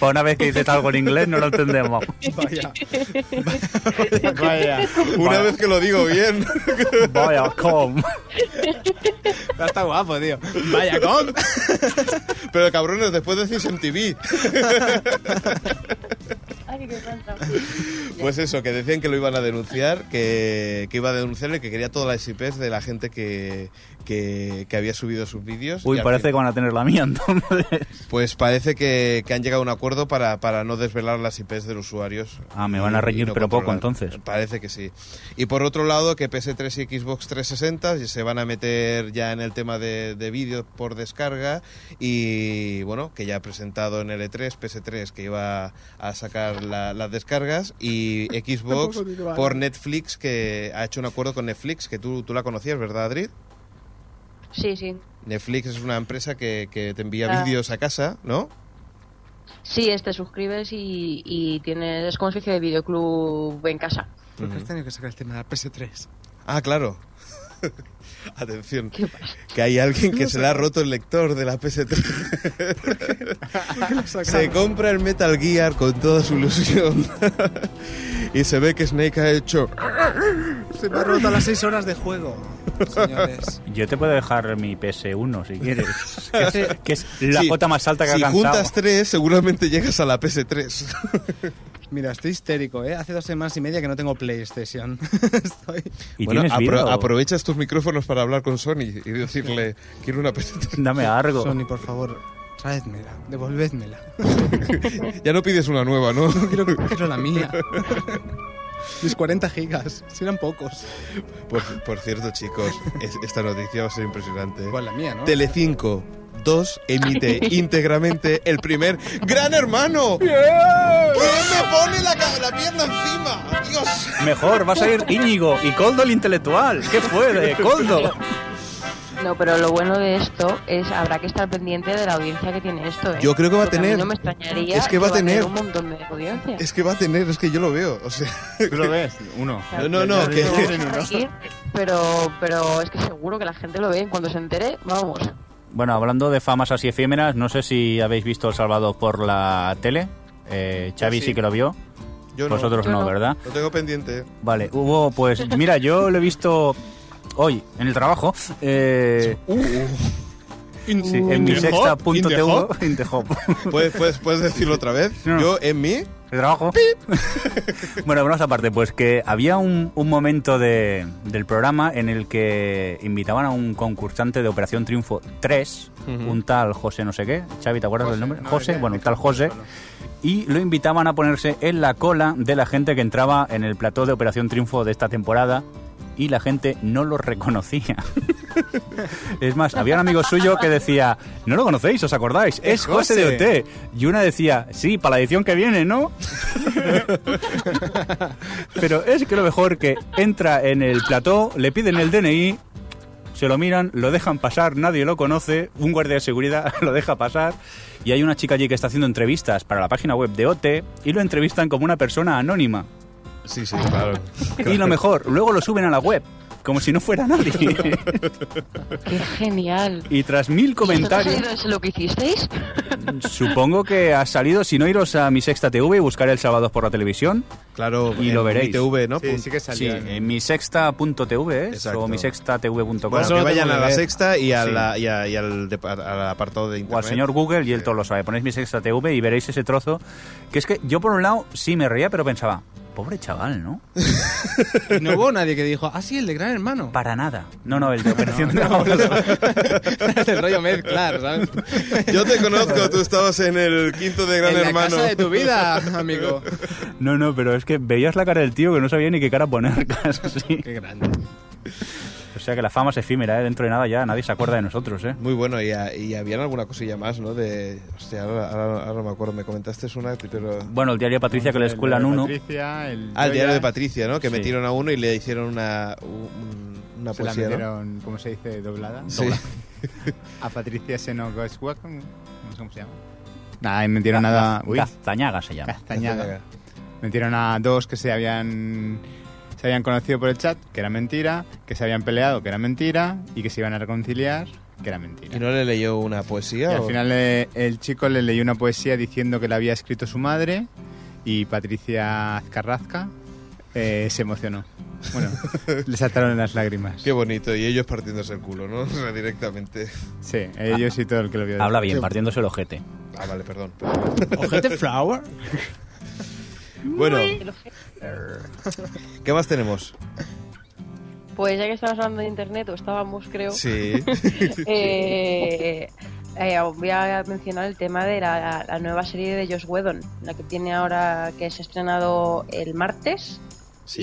E: Por una vez que dices algo en inglés no lo entendemos.
C: Vaya.
D: Vaya.
B: Una vez que lo digo bien.
E: Viacom.
C: Está guapo, tío. Vaya, con.
B: Pero cabrones, después decís MTV.
F: Ay, qué tanta.
B: Pues eso, que decían que lo iban a denunciar, que, que iba a denunciarle, que quería todas las IPs de la gente que, que, que había subido sus vídeos. Y
E: Uy,
B: al
E: parece que
B: fin-
E: van a tener la mía entonces.
B: Pues parece que, que han llegado a un acuerdo para, para no desvelar las IPs de los usuarios.
E: Ah, me van a
B: Y- y
E: reñir, pero poco,
B: controlar.
E: entonces.
B: Parece que sí. Y por otro lado, que PS3 y Xbox 360 se van a meter ya en el tema de, de vídeos por descarga y bueno, que ya ha presentado en L3 PS3 que iba a sacar la- las descargas y Xbox
D: Tampoco digo, vale.
B: por Netflix que ha hecho un acuerdo con Netflix que tú, tú la conocías, ¿verdad, Adri?
F: Sí, sí.
B: Netflix es una empresa que, que te envía
F: Ah.
B: vídeos a casa, ¿no?
F: Sí, es, te suscribes y, y tienes, es como especie de videoclub en casa.
C: ¿Por qué has tenido este que sacar el tema de la PS3?
B: Ah, claro. Atención,
F: ¿Qué pasa?
B: que hay alguien que se le ha roto el lector de la PS3. Se compra el Metal Gear con toda su ilusión. y se ve que Snake ha hecho.
C: Se me ha roto las 6 horas de juego, señores.
E: Yo te puedo dejar mi PS1 si quieres. Que es, que es la
B: Sí,
E: cota más alta que
B: si
E: ha alcanzado.
B: juntas tres, seguramente llegas a la PS3.
C: Mira, estoy histérico, ¿eh? Hace dos semanas y media que no tengo PlayStation. estoy...
E: ¿Y
B: bueno,
E: tienes
B: apro-
E: vida o-
B: aprovechas tus micrófonos para hablar con Sony y decirle: Quiero una PS3.
E: Dame algo.
C: Sony, por favor, traédmela, devolvédmela.
B: Ya no pides una nueva, ¿no?
C: No quiero, quiero la mía. Mis 40 gigas, si eran pocos.
B: Por, por cierto, chicos, es- esta noticia va a ser impresionante. ¿eh?
C: Igual la mía, ¿no?
B: Telecinco 2 emite íntegramente el primer Gran Hermano. ¿Quién me pone la, ca- la pierna encima? Dios.
E: Mejor, va a salir Íñigo y Coldo el intelectual. ¿Qué fue de Coldo?
F: No, pero lo bueno de esto es habrá que estar pendiente de la audiencia que tiene esto. ¿eh?
B: Yo creo que va a
F: Porque mí
B: tener.
F: no me extrañaría
B: Es que va a tener.
F: un montón de audiencia.
B: Es que va a tener, es que yo lo veo. O sea,
E: ¿Tú lo ves? Uno.
B: No, no, no, que-
F: vamos a seguir, pero, pero es que seguro que la gente lo ve. en Cuando se entere, vamos.
E: Bueno, hablando de famas así efímeras, no sé si habéis visto El Salvador por la tele. Eh, Xavi
B: Sí.
E: sí. que lo vio,
B: yo no.
E: vosotros
F: Yo
E: no,
F: no.
E: ¿verdad?
B: Lo tengo pendiente.
E: Vale, hubo, pues mira, yo lo he visto hoy en el trabajo. Eh,
B: Uh,
E: sí, en mi sexta punto TV, en The Hop.
B: ¿Puedes, puedes, puedes decirlo otra vez?
E: No.
B: Yo en mí.
E: El trabajo. bueno, vamos aparte, pues que había un, un momento de- del programa en el que invitaban a un concursante de Operación Triunfo 3,
B: Ujú.
E: un tal José no sé qué, Xavi, ¿te acuerdas del nombre?
D: no,
E: José,
D: idea,
E: bueno, un
D: idea,
E: tal José,
D: no, no.
E: y lo invitaban a ponerse en la cola de la gente que entraba en el plató de Operación Triunfo de esta temporada. Y la gente no lo reconocía. es más, había un amigo suyo que decía, no lo conocéis, ¿os acordáis? Es, José de
D: José".
E: OT. Y una decía, sí, para la edición que viene, ¿no? Pero es que lo mejor que entra en el plató, le piden el DNI, se lo miran, lo dejan pasar, nadie lo conoce, un guardia de seguridad lo deja pasar y hay una chica allí que está haciendo entrevistas para la página web de OT y lo entrevistan como una persona anónima.
B: Sí, sí, claro.
E: Y lo mejor, luego lo suben a la web. Como si no fuera nadie.
F: ¡Qué genial!
E: Y tras mil comentarios,
F: ¿Es lo que hicisteis?
E: supongo que ha salido, si no iros a mi sexta TV y buscar el sábado por la televisión,
B: Claro,
E: Y lo
B: en
E: veréis.
B: ITV, ¿no?
D: Pues Sí, sí que
E: Sí,
D: salió. en-
E: en mi sexta.tv es
B: Exacto.
E: o ¿eh? mi sextatv.com.
B: Bueno, que vayan
D: lo tengo
B: a
D: que
B: la
D: ver.
B: sexta y, a
E: Sí.
B: la- y a- y al, depa- al apartado de
E: o
B: internet.
E: al señor Google y él todo lo sabe. Ponéis mi sexta TV y veréis ese trozo. Que es que yo por un lado sí me reía, pero pensaba, pobre chaval, ¿no?
C: No hubo nadie que dijo, ah, sí, el de Gran Hermano.
E: Para nada. No, no, el de operación
C: el rollo mezclar, ¿sabes?
B: Yo te conozco, tú estabas en el quinto de Gran
C: en la
B: Hermano.
C: casa de tu vida, amigo.
E: No, no, pero es que veías la cara del tío que no sabía ni qué cara poner. casi.
C: Qué grande.
E: O sea que la fama es efímera, ¿eh? dentro de nada ya nadie se acuerda de nosotros, ¿eh?
B: Muy bueno, y, a- y habían alguna cosilla más, ¿no? De. Hostia, ahora, ahora- ahora no me acuerdo, me comentaste es una, pero.
E: Bueno, el diario de Patricia que le
D: El de
E: escuelan uno.
D: Patricia, el
B: Ah, el diario
D: Joyas,
B: de Patricia, ¿no? Que
E: Sí.
B: metieron a uno y le hicieron una. un- una
D: Se la
B: poesía, pues ¿no?
D: metieron, ¿cómo se dice? Doblada.
B: Sí.
D: A Patricia Senogoswak. No sé cómo se llama. Nada, ahí metieron nada. Uy,
E: Castañaga se llama.
D: Castañaga. Metieron a dos que se habían se habían conocido por el chat, que era mentira, que se habían peleado, que era mentira, y que se iban a reconciliar, que era mentira.
B: ¿Y no le leyó una poesía?
D: Y al
B: o-
D: final le- el chico le leyó una poesía diciendo que la había escrito su madre y Patricia Azcarrazca eh, se emocionó. Bueno, le saltaron las lágrimas.
B: Qué bonito, y ellos partiéndose el culo, ¿no? O sea, directamente.
D: Sí, ellos y todo el que lo vio.
E: Habla bien, partiéndose el ojete.
B: Ah, vale, perdón.
C: ¿Ojete Flower?
B: Bueno, ¿qué más tenemos?
F: Pues ya que estabas hablando de internet, o estábamos, creo.
B: Sí.
F: eh, eh, voy a mencionar el tema de la, la nueva serie de Josh Whedon, la que tiene ahora que se ha estrenado el martes
B: Sí.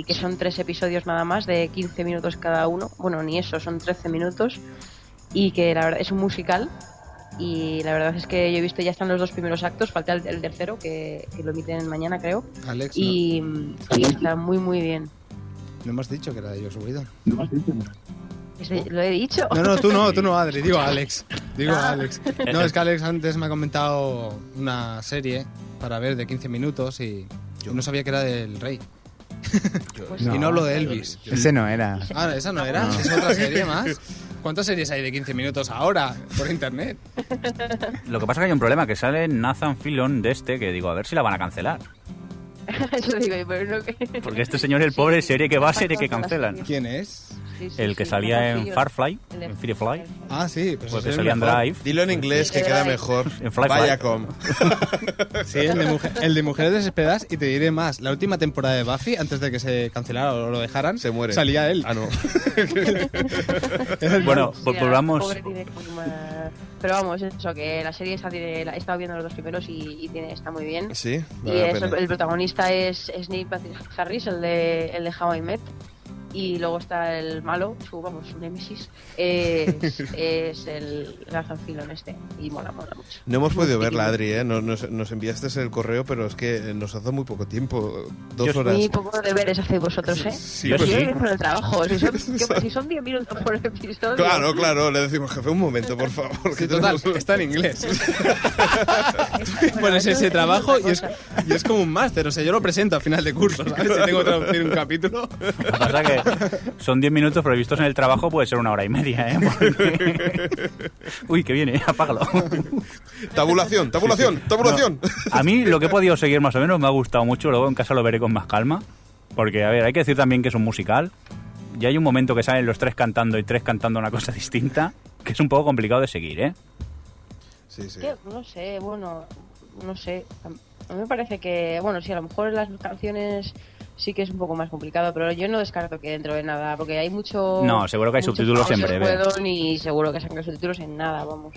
F: y que son tres episodios nada más de 15 minutos cada uno. Bueno, ni eso, son 13 minutos y que la verdad es un musical y la verdad es que yo he visto ya están los dos primeros actos, falta el, el tercero que, que lo emiten mañana creo
C: Alex,
F: y, y está muy muy bien.
C: no, hemos dicho que era de Josh Whedon.
F: Es
E: Uh.
F: de- Lo he dicho.
C: No, no, tú no, tú no, Adri, digo Alex. Digo Alex. No, es que Alex antes me ha comentado una serie para ver de 15 minutos y yo no sabía que era del rey.
F: Pues
C: Y no hablo de Elvis.
D: Ese no era.
C: Ah, esa no era, es otra serie más. ¿Cuántas series hay de 15 minutos ahora por internet?
E: Lo que pasa que hay un problema, que sale Nathan Filon de este, que digo, a ver si la van a cancelar.
F: Eso digo, yo, pero no que-
E: Porque este señor, el pobre, serie que va a ser y que cancelan.
C: ¿Quién es?
F: Sí, sí,
E: El que
F: sí,
E: salía
F: Nathan
E: en
F: Fillion.
E: Firefly,
F: El de
E: en Firefly,
C: Ah, sí, pero
E: o el
C: ese
E: que
C: es
E: salía en
C: mejor.
E: Pues Drive.
B: Dilo en inglés que queda mejor.
E: En Fly Fly.
B: Vaya com.
C: Sí, el de, mujer- el de Mujeres Desesperadas y te diré más. La última temporada de Buffy, antes de que se cancelara o lo dejaran,
B: Se muere.
C: salía él.
B: Ah, no.
E: Bueno,
F: O
E: pues
F: sea,
E: volvamos.
F: pobre tiene fama. Pero vamos, eso, que la serie está, tiene, la- he estado viendo los dos primeros y, y tiene, está muy bien.
B: Sí,
F: Y
B: vale la
F: es-
B: pena.
F: el protagonista es, es Neil Patrick Harris, el de, el de How I Met. Y luego está el malo, su, vamos, su némesis, es, es el lanzanfilón este. Y mola, mola mucho.
B: No hemos podido verla,
F: Sí.
B: Adri, ¿eh? Nos, nos- nos enviaste el correo, pero es que eh, nos hace muy poco tiempo, dos
E: Yo-
B: horas.
F: Muy poco deberes hacéis vosotros, ¿eh?
B: Sí,
E: Yo
F: Yo
E: pues sí.
F: sí. por el trabajo. Si son, que- si son 10 minutos por episodio.
B: Claro, claro, le decimos, jefe, un momento, por favor. que
C: Sí, total,
B: tenemos-
C: está en inglés.
F: Bueno,
C: Pones
F: eso- eso
C: ese
F: es
C: trabajo
F: otra
C: y es,
F: cosa.
C: y es como un máster. O sea, yo lo presento a final de curso, ¿sabes? Si tengo que traducir un capítulo.
E: Lo que pasa que son 10 minutos, pero vistos en el trabajo puede ser una hora y media, ¿eh? Porque- Uy, que viene, apágalo.
B: Tabulación, tabulación, tabulación.
E: A mí lo que he podido seguir más o menos me ha gustado mucho, luego en casa lo veré con más calma, porque a ver, hay que decir también que es un musical, y hay un momento que salen los tres cantando y tres cantando una cosa distinta, que es un poco complicado de seguir, ¿eh?
B: Sí, sí.
F: Que, no sé, bueno, no sé. A mí me parece que, bueno, sí, a lo mejor en las canciones sí que es un poco más complicado, pero yo no descarto que dentro de nada, porque hay mucho.
E: No, seguro que hay
F: muchos
E: subtítulos en
F: famosos
E: breve.
F: juegos Y seguro que sacan subtítulos en nada, vamos.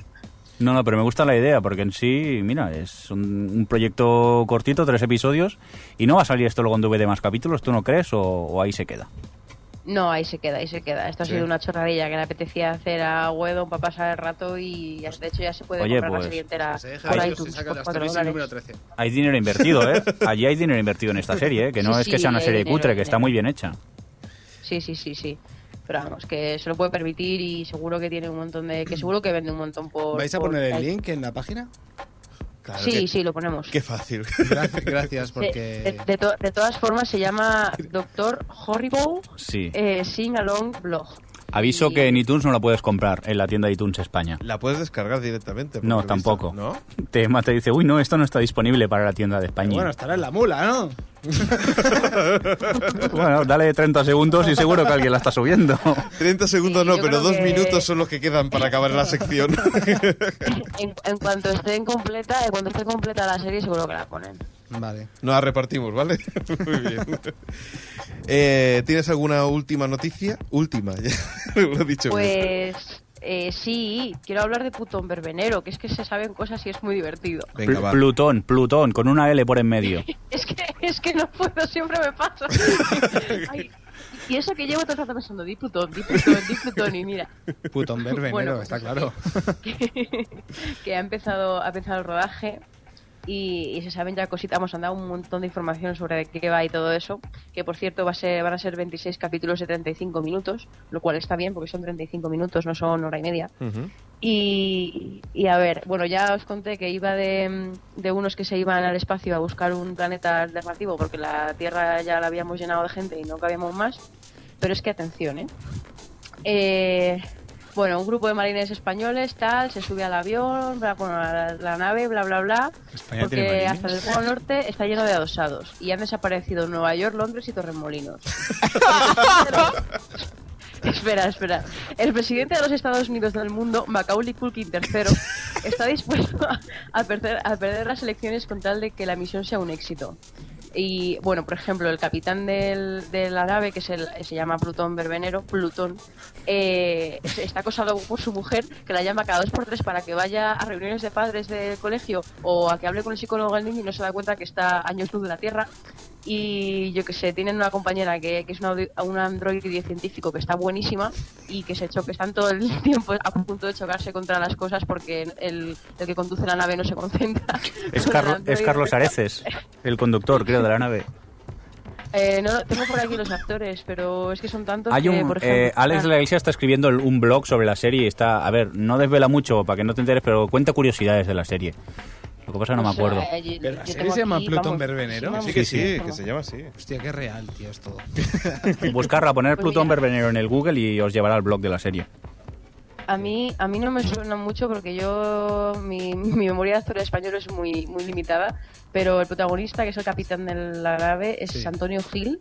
E: No, no, pero me gusta la idea, porque en sí, mira, es un, un proyecto cortito, tres episodios, y no va a salir esto luego en DVD más capítulos, ¿tú no crees? O, o ahí se queda.
F: No, ahí se queda, ahí se queda. Esto
B: Sí.
F: ha sido una chorradilla que le apetecía hacer a Wedon para pasar el rato y ya- de hecho ya se puede
E: Oye,
F: comprar
E: pues,
F: la serie entera
C: Se
F: por
C: deja
F: iTunes
C: se saca
F: por
C: las
F: 4
C: televisiones número
F: dólares.
C: 13.
E: Hay dinero invertido, ¿eh? Allí hay dinero invertido en esta serie, ¿eh? Que no
F: Sí,
E: es que
F: sí,
E: sea una
F: hay
E: serie
F: dinero,
E: cutre, que
F: hay dinero.
E: está muy bien hecha.
F: Sí, sí, sí, sí. Pero vamos, que se lo puede permitir y seguro que tiene un montón de... que seguro que vende un montón por...
C: ¿Vais a
F: por
C: poner el
F: iTunes.
C: link en la página?
B: Claro,
F: sí,
B: qué-
F: sí, lo ponemos.
B: Qué fácil.
C: Gracias, gracias
F: De,
C: porque.
F: de- de to- de todas formas, se llama Doctor Horrible
E: Sí.
F: eh, Sing Along Blog.
E: Aviso
F: Y-
E: que en iTunes no la puedes comprar en la tienda de iTunes España.
B: La puedes descargar directamente. por
E: No,
B: lo visto,
E: tampoco.
B: ¿No?
E: Te, te dice, uy, no, esto no está disponible para la tienda de España.
C: Bueno, estará en la mula, ¿no?
E: Bueno, dale 30 segundos y seguro que alguien la está subiendo.
B: 30 segundos
F: Sí,
B: no,
F: yo
B: pero
F: creo
B: dos
F: que-
B: minutos son los que quedan para acabar la sección.
F: En, en cuanto esté en completa, en cuanto esté completa la serie, seguro que la ponen.
C: Vale.
B: Nos la repartimos, ¿vale? Muy bien. Eh, ¿Tienes alguna última noticia? Última, ya lo he dicho. bien.
F: Pues eh, sí, quiero hablar de Putón Verbenero, que es que se saben cosas y es muy divertido.
B: Venga, va.
E: Plutón, Plutón, con una L por en medio.
F: Es que, es que no puedo, siempre me pasa. Ay, y eso que llevo todo el rato pensando, di Putón, di Plutón, di Plutón, y mira,
C: Putón verbenero,
F: Bueno, pues
C: está
F: así.
C: claro.
F: que, que ha empezado ha empezado el rodaje y, y se saben ya cositas, vamos, han dado un montón de información sobre de qué va y todo eso, que por cierto va a ser, van a ser 26 capítulos de 35 minutos, lo cual está bien porque son 35 minutos, no son hora y media.
B: Ujú.
F: Y, y a ver, bueno, ya os conté que iba de, de unos que se iban al espacio a buscar un planeta alternativo porque la Tierra ya la habíamos llenado de gente y no cabíamos más. Pero es que atención, ¿eh? Eh, bueno, un grupo de marines españoles, tal, se sube al avión, bla, bueno, a la, la nave, bla, bla, bla.
D: España
F: Porque hasta el Polo Norte está lleno de adosados y han desaparecido Nueva York, Londres y Torremolinos. Espera, espera. El presidente de los Estados Unidos del mundo, Macaulay Culkin III, está dispuesto a, a perder, a perder las elecciones con tal de que la misión sea un éxito. Y bueno, por ejemplo, el capitán del, de la nave, que es el- se llama Plutón Verbenero, Plutón, eh, se- está acosado por su mujer, que la llama cada dos por tres para que vaya a reuniones de padres del colegio o a que hable con el psicólogo del niño y no se da cuenta que está a años luz de la Tierra. Y yo que sé, tienen una compañera que, que es una, audi- un androide científico que está buenísima y que se choque, están todo el tiempo a punto de chocarse contra las cosas porque el, el que conduce la nave no se concentra.
E: Es,
F: Con el
E: Carlo- es
F: androide.
E: Carlos Areces, el conductor, creo, de la nave.
F: Eh, no, tengo por aquí los actores, pero es que son tantos
E: Hay
F: que,
E: un,
F: por ejemplo, ah,
E: eh, Alex de la Iglesia está escribiendo el- un blog sobre la serie y está, a ver, no desvela mucho para que no te enteres, pero cuenta curiosidades de la serie. Lo que pasa es que no me
F: o sea, eh,
E: acuerdo.
F: yo- yo
C: Pero la
F: tengo
C: serie se llama
F: aquí,
C: Plutón
F: vamos,
C: Verbenero.
B: Sí
F: muchísima,
B: que sí,
F: muchísima.
B: que se llama así.
C: Hostia, qué real, tío, es todo.
E: Buscarla, poner
F: Pues
E: Plutón
F: mira.
E: Verbenero en el Google y os llevará al blog de la serie.
F: A mí, a mí no me suena mucho porque yo mi, mi memoria de actor español es muy, muy limitada, pero el protagonista, que es el capitán de la nave, es
C: Sí.
F: Antonio Gil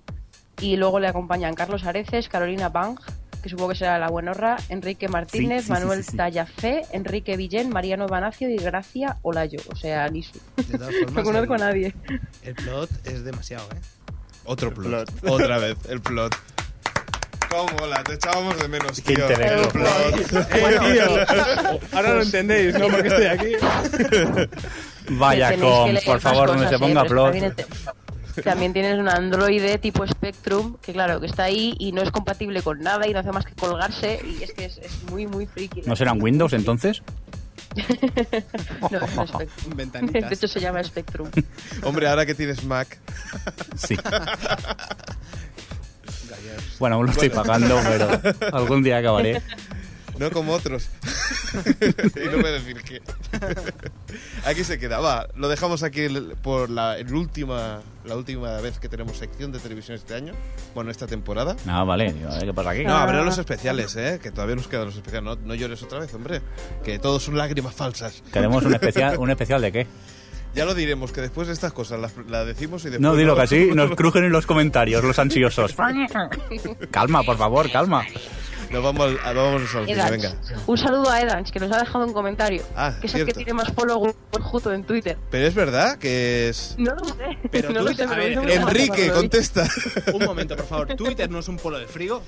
F: y luego le acompañan Carlos Areces, Carolina Bang, que supongo que será la buenorra, Enrique Martínez,
E: sí, sí,
F: Manuel
E: sí, sí.
F: Tallafé, Enrique Villén, Mariano Banacio y Gracia Olayo, o sea, ni su-
C: De todas formas,
F: no conozco a
C: el-
F: nadie.
C: El plot es demasiado, ¿eh?
B: Otro plot. Otra vez, el plot. ¿Cómo la? Te echábamos de menos,
G: Qué
B: tío.
G: interés.
B: El plot.
C: Ahora lo entendéis, ¿no? Porque estoy aquí.
E: Vaya
F: Tenéis que
E: con,
F: Pues leer
E: por
F: más
E: favor, no
F: cosas,
E: se
F: eh,
E: ponga
F: pero
E: plot.
F: está bien el te- También tienes un androide tipo Spectrum, que claro, que está ahí y no es compatible con nada y no hace más que colgarse y es que es, es muy, muy friki.
E: ¿No serán Windows entonces?
F: No, no es Spectrum.
C: Ventanitas.
F: De hecho se llama Spectrum.
B: Hombre, ahora que tienes Mac.
E: Sí. Bueno, aún lo estoy pagando, pero algún día acabaré.
B: No como otros. y no voy a decir qué. aquí se queda. Va, lo dejamos aquí el- por la el última, la última vez que tenemos sección de televisión este año. Bueno, esta temporada.
E: Ah, vale. digo, a ver ¿Qué pasa aquí?
B: No, habrá los especiales, ¿eh? Que todavía nos quedan los especiales. No, no llores otra vez, hombre. Que todos son lágrimas falsas.
E: ¿Queremos un especial, un especial de qué?
B: Ya lo diremos, que después de estas cosas las, las decimos y después...
E: No, dilo que así nos crujen en los comentarios los ansiosos. calma, por favor, calma.
B: Nos vamos al, al- vámonos al cine,
F: Edans.
B: venga.
F: Un saludo a Edans, que nos ha dejado un comentario.
B: Ah,
F: que es el que
B: cierto.
F: tiene más followers justo en Twitter.
B: Pero es verdad que es...
F: No lo sé.
C: Pero
F: no
C: tú-
F: lo sé,
C: a
F: pero
C: ver,
F: hizo un
B: Enrique,
F: comentario cuando lo vi.
B: contesta.
C: Un momento, por favor. ¿Twitter no es un polo de frío?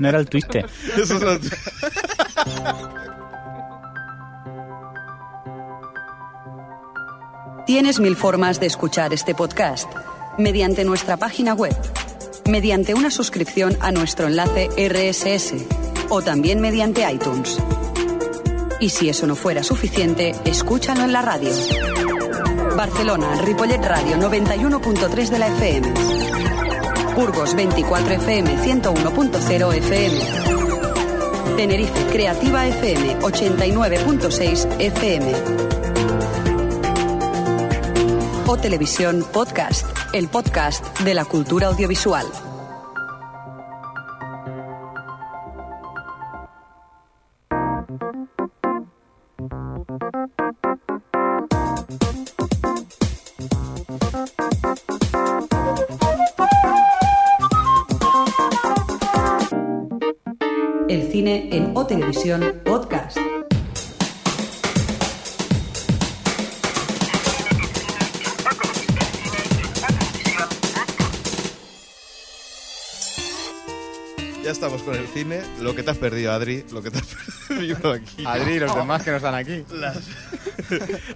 E: No era el twiste.
B: Eso es lo-
A: Tienes mil formas de escuchar este podcast. Mediante nuestra página web, mediante una suscripción a nuestro enlace RSS o también mediante iTunes. Y si eso no fuera suficiente, escúchalo en la radio. Barcelona, Ripollet Radio 91.3 de la FM. Burgos 24 FM 101.0 FM. Tenerife Creativa FM 89.6 FM. o Televisión Podcast, el podcast de la cultura audiovisual. El cine en O Televisión Podcast.
B: Ya estamos con el cine. Lo que te has perdido, Adri. Lo que te has perdido aquí.
D: Adri y los demás que no están aquí.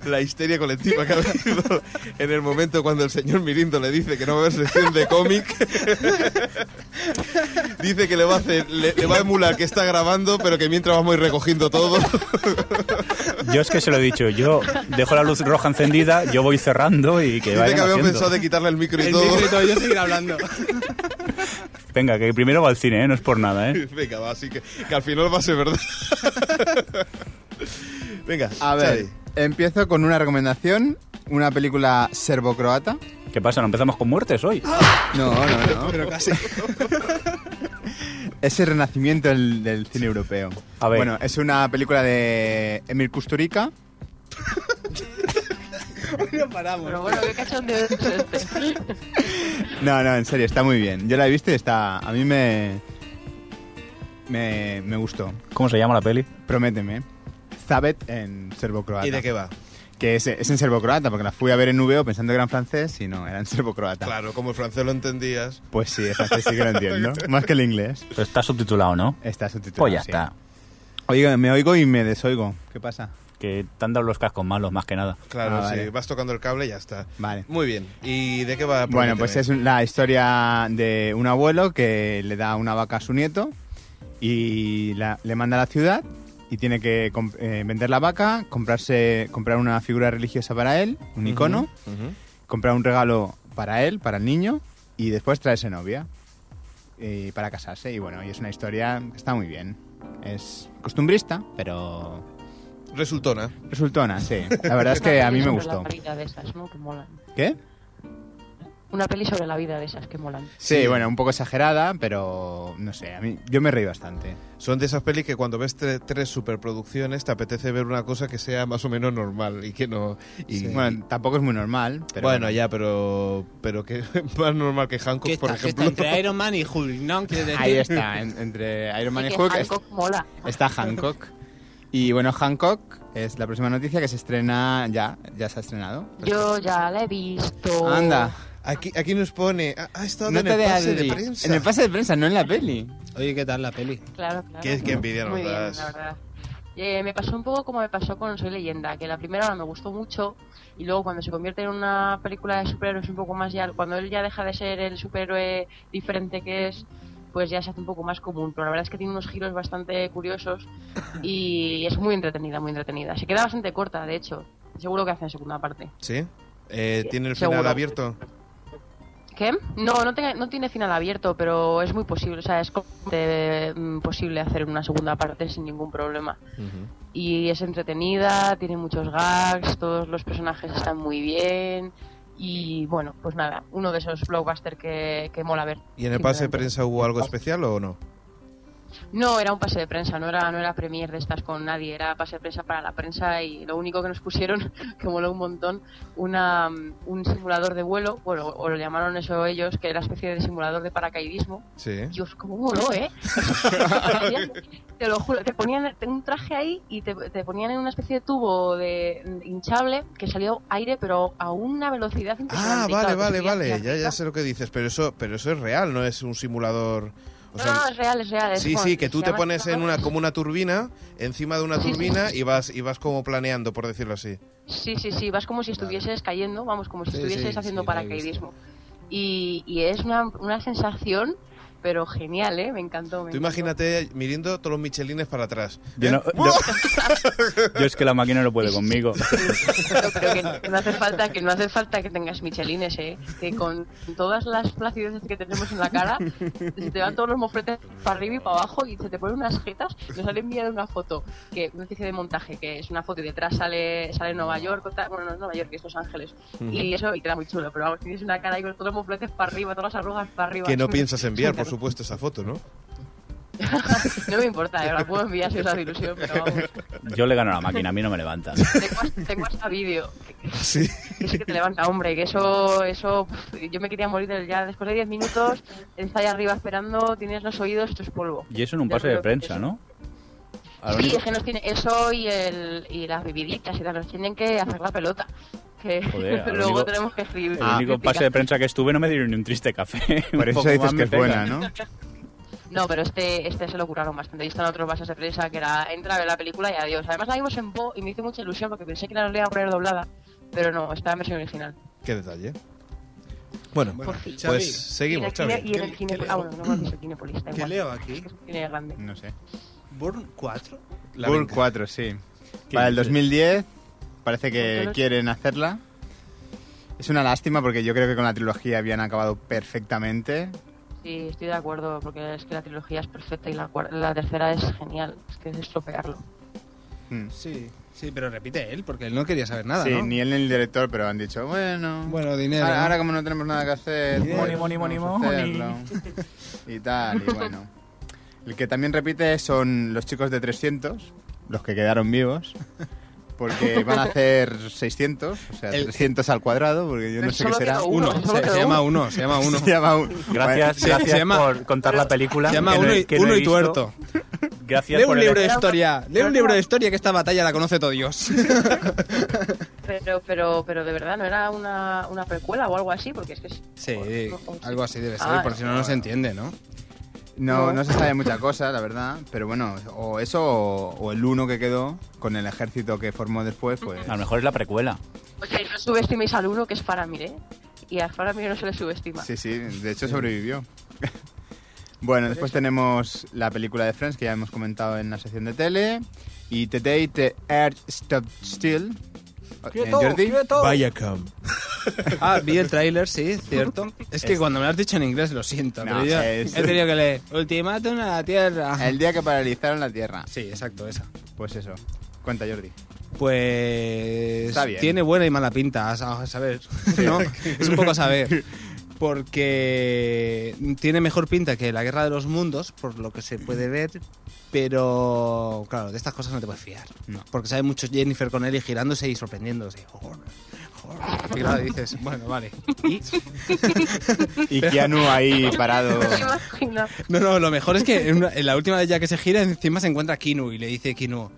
B: La histeria colectiva que ha habido en el momento cuando el señor Mirindo le dice que no va a haber sección de cómic. dice que le va, a hacer, le, le va a emular que está grabando, pero que mientras vamos a ir recogiendo todo.
E: Yo es que se lo he dicho, yo dejo la luz roja encendida, yo voy cerrando y que
B: dice
E: vayan
B: que habíamos
E: haciendo.
B: pensado de quitarle el micro y
C: El
B: todo.
C: micro y todo, yo seguir hablando.
E: Venga, que primero va al cine, ¿eh? no es por nada, ¿eh?
B: Venga, va, así que, que al final va a ser verdad. Venga,
D: A ver,
B: Xavi.
D: empiezo con una recomendación. Una película serbocroata.
E: ¿Qué pasa? ¿No empezamos con muertes hoy?
D: No, no, no. Pero casi. Es el renacimiento del, del cine europeo.
E: A ver.
D: Bueno, es una película de Emir Kusturica.
C: No paramos.
F: Pero bueno, qué cachondeo es este.
D: No, no, en serio, está muy bien. Yo la he visto y está... A mí me... Me, me gustó.
E: ¿Cómo se llama la peli?
D: Prométeme. Zabet en serbocroata.
B: ¿Y de qué va?
D: Que es, es en serbocroata, porque la fui a ver en VO pensando que era en francés y no, era en serbocroata.
B: Claro, como el francés lo entendías.
D: Pues sí, el francés sí que lo entiendo. Más que el inglés.
E: Pero está subtitulado, ¿no?
D: Está subtitulado.
E: Pues ya
D: sí.
E: está.
D: Oiga, me oigo y me desoigo. ¿Qué pasa?
E: Que te han dado los cascos malos, más que nada.
B: Claro,
D: Ah,
B: sí,
D: vale.
B: vas tocando el cable y ya está.
D: Vale.
B: Muy bien. ¿Y de qué va?
D: Bueno, pues es un- la historia de un abuelo que le da una vaca a su nieto y la- le manda a la ciudad y tiene que comp- eh, vender la vaca, comprarse, comprar una figura religiosa para él, un icono, comprar un regalo para él, para el niño y después traerse novia eh, para casarse. Y bueno, y es una historia que está muy bien. Es costumbrista, pero
B: Resultona.
D: resultona, sí. La verdad es que a mí me gustó.
F: Una peli sobre la vida de esas, ¿no? Que molan.
D: ¿Qué?
F: Una peli sobre la vida de esas que molan.
D: Sí, bueno, un poco exagerada, pero no sé, a mí yo me reí bastante.
B: Son de esas pelis que cuando ves tre- tres superproducciones te apetece ver una cosa que sea más o menos normal y que no. Y,
D: Sí. Bueno, tampoco es muy normal, pero
B: bueno, ya, pero. Pero que más normal que Hancock,
C: ¿Qué
B: por
C: está, ¿Qué está
B: ejemplo.
C: entre Iron Man y Hulk? ¿No? ¿Quieres decir?
D: Ahí está, en- entre Iron Man
F: Sí,
D: y
F: que
D: Hulk es-
F: Hancock mola.
D: está Hancock. Y bueno, Hancock es la próxima noticia que se estrena ya, ya se ha estrenado.
F: Yo ya la he visto.
D: Anda,
B: Aquí, aquí nos pone. Ha, ha estado
D: no
B: en
D: te
B: el
D: dejas
B: pase de
D: ir.
B: prensa.
D: En el pase de prensa, no en la peli.
C: Oye, ¿qué tal la peli?
F: Claro, claro.
B: Qué- qué envidia nos
F: Muy bien,
B: das.
F: la verdad. Eh, me pasó un poco como me pasó con Soy Leyenda, que la primera hora me gustó mucho y luego cuando se convierte en una película de superhéroes un poco más ya, cuando él ya deja de ser el superhéroe diferente que es, pues ya se hace un poco más común. Pero la verdad es que tiene unos giros bastante curiosos y es muy entretenida, muy entretenida. Se queda bastante corta, de hecho. Seguro que hacen segunda parte.
B: ¿Sí? Eh, ¿Tiene el
F: Seguro.
B: final abierto?
F: ¿Qué? No, no, tenga- no tiene final abierto, pero es muy posible, o sea, es co- eh, mm, posible hacer una segunda parte sin ningún problema.
B: Ujú.
F: Y es entretenida, tiene muchos gags, todos los personajes están muy bien. Y bueno, pues nada, uno de esos blockbusters que, que mola ver.
B: ¿Y en el pase de
F: simplemente.
B: prensa hubo algo especial o no?
F: No, era un pase de prensa, no era, no era premier de estas con nadie, era pase de prensa para la prensa y lo único que nos pusieron, que moló un montón, una, mm, un simulador de vuelo, bueno, o lo llamaron eso ellos, que era especie de simulador de paracaidismo.
B: Sí.
F: Dios, cómo moló, ¿eh? te lo juro, te ponían un traje ahí y te, te ponían en una especie de tubo de hinchable que salió aire, pero a una velocidad
B: Ah,
F: impresionante.
B: vale,
F: Y claro, te
B: vale,
F: subías
B: vale.
F: y
B: Ya, ya sé lo que dices, pero eso, pero eso es real, no es un simulador. O
F: No,
B: sea,
F: no, es real, es real. es
B: sí,
F: como-
B: sí, que tú
F: se
B: te
F: llama
B: pones en una
F: simulador.
B: como una turbina, encima de una
F: Sí, sí,
B: turbina y vas y vas como planeando, por decirlo así.
F: Sí, sí, sí, vas como si estuvieses cayendo, vamos, como si
C: Sí,
F: estuvieses
C: sí,
F: haciendo
C: sí, la he
F: paracaidismo. Y, y es una, una sensación, pero genial, ¿eh? Me encantó. me
B: Tú
F: encantó.
B: imagínate mirando todos los michelines para atrás. ¿eh?
E: Yo, no- yo- yo es que la máquina no puede conmigo.
F: Yo creo que no hace falta que no hace falta que tengas michelines, ¿eh? Que con todas las placideces que tenemos en la cara, se te van todos los mofletes para arriba y para abajo y se te ponen unas jetas. Nos han enviado una foto, que una especie de montaje, que es una foto y detrás sale sale Nueva York, o tal- bueno, no es Nueva York, es Los Ángeles. Y eso y queda muy chulo, pero vamos, tienes una cara ahí con todos los mofletes para arriba, todas las arrugas para arriba.
B: Que no piensas enviar, por supuesto, esa foto, ¿no?
F: no me importa, yo la puedo enviar si os hace ilusión, pero vamos.
E: Yo le gano a la máquina, a mí no me levanta.
F: Tengo hasta- Tengo hasta vídeo.
B: Sí.
F: Que sí que te levanta, hombre, que eso, eso, pf, yo me quería morir del- ya después de 10 minutos, está ahí arriba esperando, tienes los oídos, esto es polvo.
E: Y eso en un
F: Yo
E: pase de
F: creo que
E: prensa,
F: eso-
E: ¿no? A lo
F: Sí,
E: único-
F: es que nos tiene eso y, el, y las bebiditas y tal, nos tienen que hacer la pelota. Que
E: Joder, a lo
F: luego
E: único-
F: tenemos que escribir.
E: El único
F: críticas.
E: pase de prensa que estuve no me dieron ni un triste café. Un
D: Por eso
E: Ah, poco
D: dices
E: más
D: que
E: me
D: es
E: pegan.
D: buena, ¿no?
F: No, pero este, este se lo curaron bastante. Y están otros bases de prensa que era entra a ver la película y adiós. Además la vimos en Bo y me hizo mucha ilusión porque pensé que la iban a poner doblada. Pero no, está en versión original.
B: Qué detalle. Bueno,
F: Por fin.
B: pues
C: Xavi,
F: Y en
B: seguimos,
F: el cine-
B: Xavi.
F: y en el
C: ¿Qué-
F: cine-
C: qué leo?
F: Ah, bueno, no hemos visto Kinépolis, da
C: ¿Qué Mm.
F: igual.
C: leo aquí?
F: Es un cine grande.
D: No sé.
C: ¿Born 4?
B: La
D: Bull
B: venga.
D: 4, sí. Para el
E: dices?
D: 2010 parece que
F: Entonces-
D: quieren hacerla. Es una lástima porque yo creo que con la trilogía habían acabado perfectamente.
F: Sí, estoy de acuerdo, porque es que la trilogía es perfecta y la, cuar- la tercera es genial. Es que es estropearlo.
D: Mm.
C: Sí. Sí, pero repite él, porque él no quería saber nada,
D: sí,
C: ¿no?
D: ni él ni el director, pero han dicho, bueno...
C: Bueno, dinero.
D: ahora, ahora como no tenemos nada que hacer...
C: Dinero,
D: pues,
E: money, money,
D: vamos a
E: money.
D: hacerlo. Y tal, y bueno. El que también repite son los chicos de 300, los que quedaron vivos. Porque van a hacer 600, o sea,
C: El-
D: 300 al cuadrado, porque yo no
F: Pero
D: sé qué
F: solo
D: será.
F: quedó
C: Uno,
F: Uno,
C: se,
F: solo
C: se
F: quedó
C: llama uno, se llama uno.
D: Se llama un-
E: Gracias,
C: Se- se
E: gracias
C: llama-
E: por contar la película.
C: Se llama
E: que no-
C: uno, y,
E: que no he
C: uno y
E: visto.
C: tuerto.
E: Gracias
C: Lee
E: por
C: un
E: el-
C: libro de
F: Pero-
C: historia. Lee un
F: pero-
C: libro de historia que esta batalla la conoce todo Dios.
F: Pero, pero, pero de verdad, ¿no era una, una precuela o algo así? Porque es que es...
C: Sí, eh,
F: Joder.
C: algo así debe ser,
F: Ah,
C: porque si no, no se entiende, ¿no?
D: No, no,
F: No.
D: se sabe mucha cosa, la verdad. Pero bueno, o eso o, o el uno que quedó con el ejército que formó después, pues.
E: A lo mejor es la precuela.
F: Oye, no subestiméis al uno, que es Faramir, ¿eh? Y a Faramir no se le subestima.
D: Sí, sí, de hecho sobrevivió. bueno, después tenemos la película de Friends que ya hemos comentado en la sección de tele. Y Today the Earth Stopped Still. Eh, Jordi.
B: Viacom.
C: Ah, vi el tráiler, sí, cierto. Es que cuando me lo has dicho en inglés lo siento,
D: No,
C: pero yo
D: es-
C: he tenido que leer Ultimátum a la Tierra.
D: El día que paralizaron la Tierra.
C: Sí, exacto, esa.
D: Pues eso. Cuenta, Jordi.
C: Pues
D: Está bien.
C: tiene buena y mala pinta, a a saber, ¿no? es un poco a saber. Porque tiene mejor pinta que la Guerra de los Mundos, por lo que se puede ver, pero claro, de estas cosas no te puedes fiar.
D: No.
C: Porque sabe mucho Jennifer Connelly girándose y sorprendiéndose. Jor, jor. Y claro, dices, bueno, vale. Y-
D: Y Keanu ahí parado.
F: Me imagino.
C: No, no, lo mejor es que en, una- en la última de ella que se gira, encima se encuentra a Kinu y le dice Kinu,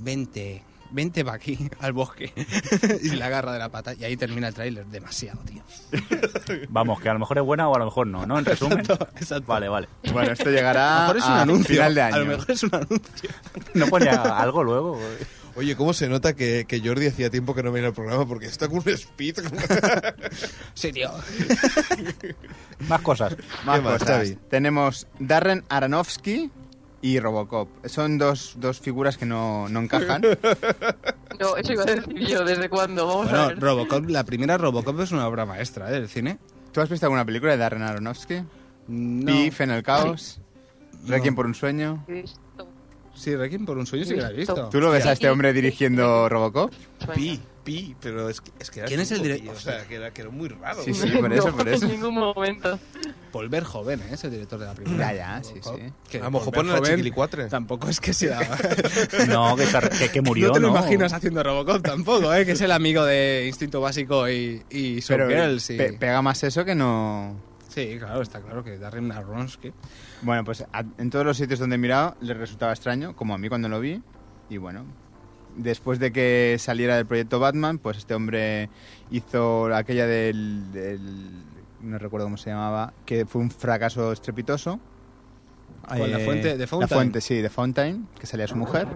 C: vente, vente para aquí, al bosque. y la agarra de la pata. Y ahí termina el tráiler. Demasiado, tío.
E: Vamos, que a lo mejor es buena o a lo mejor no, ¿no? En resumen.
C: exacto.
E: Vale, vale.
D: Bueno, esto llegará
C: a lo mejor es un
D: a
C: anuncio.
D: Ah, final de
C: A lo
D: año.
C: mejor es un anuncio.
E: ¿No pone a- algo luego?
B: Oye, ¿cómo se nota que, que Jordi hacía tiempo que no venía al programa? Porque está con un speed.
C: Sí, tío.
E: Más cosas.
D: Más
B: ¿Qué más,
D: cosas.
B: Xavi?
D: Tenemos Darren Aronofsky y Robocop. Son dos, dos figuras que no, no encajan.
F: No, eso iba a decir yo, ¿desde cuándo? Vamos a
C: Bueno,
F: ver.
C: Robocop, la primera Robocop es una obra maestra ¿eh? del cine.
D: ¿Tú has visto alguna película de Darren Aronofsky?
C: No.
D: Pif en el caos. Requiem por un sueño.
F: Cristo,
C: Sí, Requiem por un sueño sí que la he visto.
D: ¿Tú lo ves a este
F: Sí.
D: hombre dirigiendo Robocop?
F: suena.
B: Pi, pi, pero es que, es que era
C: ¿Quién es el
B: chungo,
C: direct-
B: tío, O sea, que era, que era muy raro.
D: Sí,
B: ¿no?
D: sí, por eso,
F: No,
D: por eso.
F: En ningún momento.
C: Volver joven, ¿eh? es el director de la primera.
D: Ya, ya, sí, sí.
C: Que
B: A lo mejor
C: Paul
B: ponen a
C: Verhoeven
B: Chiquilicuatre.
C: Tampoco es que sea.
E: No, que, se- que- que
C: no
E: murió. No
C: te lo imaginas haciendo Robocop tampoco, ¿eh? Que es el amigo de Instinto Básico y, y
D: Pero eh,
C: Showgirl, sí.
D: pe- pega más eso que no...
C: sí, claro, está claro que Darren Aronofsky.
D: Bueno, pues a- en todos los sitios donde he mirado les resultaba extraño, como a mí cuando lo vi. Y bueno, después de que saliera del proyecto Batman, pues este hombre hizo aquella del... del- no recuerdo cómo se llamaba, que fue un fracaso estrepitoso. Eh,
C: ¿Cuál, La Fuente- de
D: La
C: Fountain?
D: fuente, sí, de Fountain, que salía su mujer.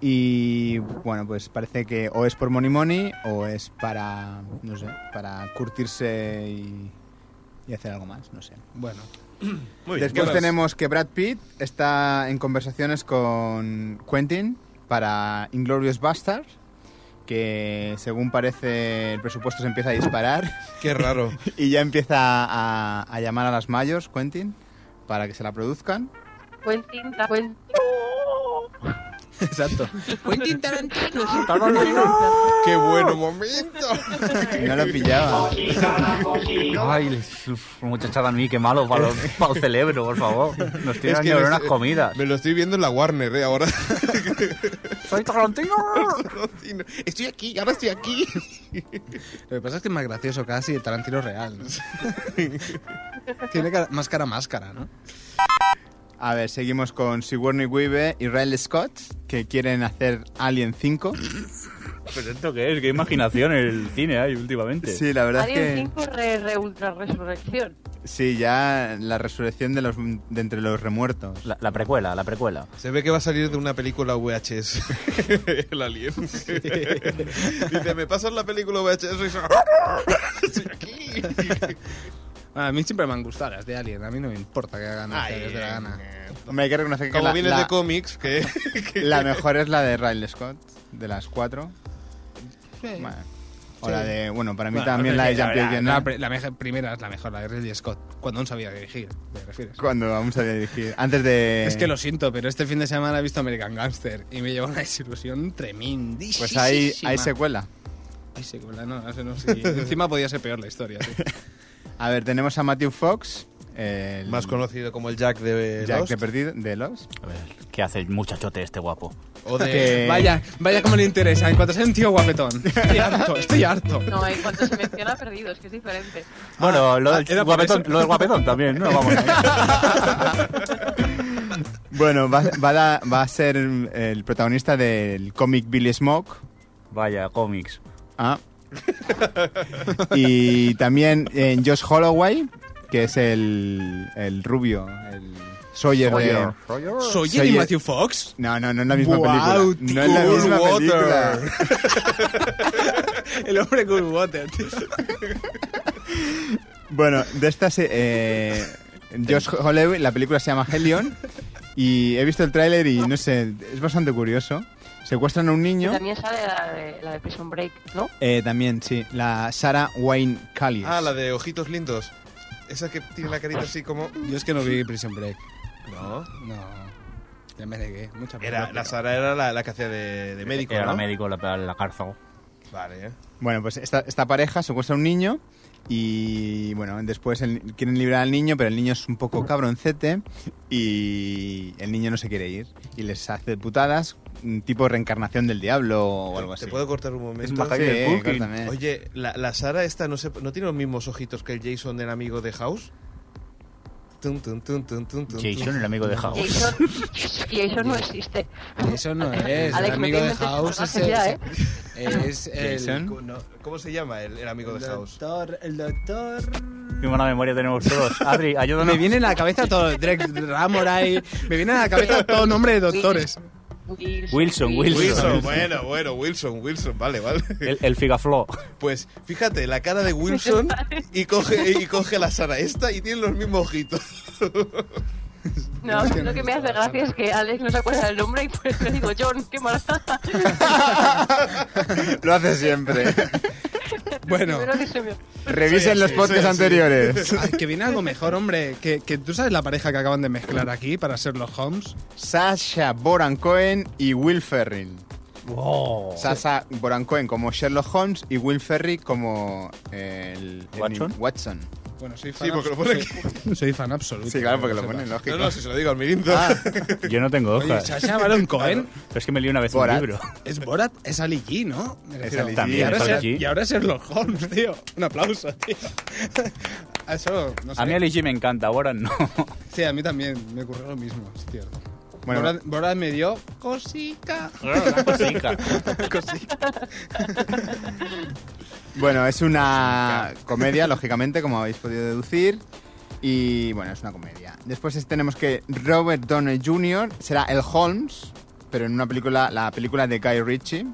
D: Y bueno, pues parece que o es por Money Money o es para, no sé, para curtirse y, y hacer algo más, no sé.
C: Bueno,
B: Muy bien,
D: Después
B: buenas.
D: tenemos que Brad Pitt está en conversaciones con Quentin para Inglorious Bastard, que según parece el presupuesto se empieza a disparar
B: Qué raro.
D: y ya empieza a, a llamar a las mayos Quentin para que se la produzcan.
F: Quentin, Ta- Quentin.
C: exacto.
F: Quentin Tarantino.
B: ¡Qué bueno momento!
D: No lo pillaba.
E: Ay, les- muchachada a mí, qué malo para, los- para el cerebro, por favor. Nos
B: Es
E: tiran
B: que
E: neuronas
B: me-
E: comidas.
B: Me lo estoy viendo en la Warner, ¿eh? Ahora.
E: Soy Tarantino.
B: estoy aquí, ahora estoy aquí.
C: Lo que pasa es que es más gracioso casi el Tarantino real. ¿no? Tiene cara- más cara máscara, ¿no?
D: A ver, seguimos con Sigourney Weaver y Riley Scott, que quieren hacer Alien 5.
E: ¿Pero Pues esto qué es? ¿Qué imaginación el cine hay últimamente?
D: Sí, la verdad es
F: Alien
D: que...
F: 5 re, re ultra resurrección.
D: Sí, ya la resurrección de, los, de entre los remuertos.
E: La, la precuela, la precuela.
B: Se ve que va a salir de una película VHS. El alien. Dice, me pasas la película VHS y dice, "Ah, estoy aquí.
C: Bueno, Ah, a mí siempre me han gustado las de Alien. A mí no me importa que hagan lo que les dé la
B: eh.
C: gana.
D: Hombre, hay que reconocer que
B: Como
D: la-
B: vienes
D: la-
B: de cómics, que...
D: La mejor es la de Riley Scott, de las cuatro. Bueno, O la de, bueno, para mí
C: Bueno,
D: también la de
C: la-
D: Jean-Pierre
C: la,
D: Jeunet,
C: pre- la meja- primera es la mejor, la de Ridley Scott. Cuando aún sabía dirigir, ¿te refieres?
D: cuando vamos a dirigir. Antes de...
C: Es que lo siento, pero este fin de semana he visto American Gangster y me lleva una desilusión tremendísima.
D: Pues ahí hay secuela.
C: Ay, secuela, no, no sé, no sé. Encima podía ser peor la historia. sí.
D: A ver, tenemos a Matthew Fox, el
B: Más conocido como el Jack de
D: Jack
B: Lost,
D: de Perdido, de Lost.
E: A ver, ¿qué hace el muchachote este guapo?
B: o de...
D: que-
C: Vaya, vaya como le interesa. En cuanto sea un tío guapetón. Estoy harto, estoy harto.
F: No, en cuanto se menciona perdido, es que es diferente.
E: Bueno, lo,
C: ah,
E: del
C: era por
E: guapetón,
C: eso.
E: lo del guapetón también, ¿no? Vamos.
D: Bueno, va, va a, va a ser el protagonista del cómic Billy Smoke.
E: Vaya, cómics.
D: Ah. y también eh, Josh Holloway, que es el, el rubio, el Sawyer, de...
C: ¿Soy
D: Soy
C: Jerry
D: el-
C: Matthew Fox?
D: No, no, no es la misma
C: Wow,
D: película. No es la
C: cool
D: misma
C: water.
D: película.
C: El hombre con water, tío.
D: Bueno, de estas... Eh, Josh Holloway, la película se llama Helion y he visto el tráiler y no sé, es bastante curioso. Secuestran a un
F: Que
D: niño,
F: También sale la de, la de Prison Break, ¿no?
D: eh, también, sí, la Sarah Wayne Callies.
B: Ah, la de Ojitos Lindos. Esa que tiene la carita así como...
C: Yo es que no vi Prison Break.
B: No.
C: No. Ya me negué. Mucha
B: Era,
C: pena.
B: la Sara era la, la que hacía de, de médico,
E: Era
B: ¿no?
E: la médico, la, la cárcel.
B: Vale, ¿eh?
D: Bueno, pues esta, esta pareja secuestra a un niño y bueno, después el- quieren liberar al niño, pero el niño es un poco cabroncete y el niño no se quiere ir y les hace putadas, un tipo reencarnación del diablo o algo así.
B: ¿Te puedo cortar un
E: Es
B: momento?
E: más
D: Sí,
E: Tiger Cooking.
D: córtame.
B: Oye, la, la Sara esta no, se, no tiene los mismos ojitos que el Jason del amigo de House. Tum, tum, tum, tum, tum, tum,
E: Jason,
B: tum.
E: el amigo de House.
F: Jason, Jason no existe.
C: Eso no es.
F: Alex,
C: el amigo
F: no
C: de
F: tiene
C: House es,
F: mentes ya, ¿eh?
C: el- es el.
D: Jason.
B: No, ¿Cómo se llama el, el amigo de House?
C: Doctor, el doctor.
E: Qué buena memoria tenemos todos. Adri, ayúdanos.
C: Me viene en la cabeza todo. Drake Ramoray. Me viene en la cabeza todo nombre de doctores.
E: Wilson,
B: Wilson, bueno, bueno, Wilson, Wilson, vale, vale.
E: El, el figafló.
B: Pues fíjate, la cara de Wilson y coge, y coge la Sara esta y tiene los mismos ojitos.
F: No, a mí lo que me hace gracia es que Alex no se acuerda del nombre y por eso le digo John, qué maldad.
D: Lo hace siempre.
C: Bueno.
F: Pero que se me-
D: Revisen
B: Sí,
D: los
B: sí,
D: podcasts
B: sí, sí.
D: anteriores.
C: Ay, que viene algo mejor, hombre. Que, que tú sabes la pareja que acaban de mezclar aquí para ser los Holmes.
D: Sasha Boran Cohen y Will Ferrell.
E: Wow.
D: Sasha Boran Cohen como Sherlock Holmes y Will Ferry como el, el-
E: Watson.
D: Watson.
C: Bueno, soy fan.
B: Sí, porque lo
C: abs-
B: pone aquí.
C: soy- Soy fan absoluto.
D: Sí, claro, porque
C: que
D: lo ponen,
C: sepas.
D: lógico.
B: No, no, si se lo digo al Mirindo.
E: Yo no tengo
C: Oye,
E: hojas.
C: Sasha Baron Cohen
E: Pero es que me leí una vez
D: Borat.
E: un libro.
C: es Borat, es Ali G, ¿no? Me refiero.
D: Ali G.
C: y,
E: También
C: ahora
E: es
C: es,
E: Ali G.
C: y ahora es Sherlock Holmes, tío. Un aplauso, tío. Eso, no sé.
E: A mí el IG me encanta, ahora no.
C: Sí, a mí también me ocurrió lo mismo, es cierto.
D: Bueno.
C: Borat, Borat me dio cosica. cosica.
D: Bueno, es una comedia, lógicamente, como habéis podido deducir. Y bueno, es una comedia. Después es- tenemos que Robert Downey Jr. será el Holmes, pero en una película, la película de Guy Ritchie.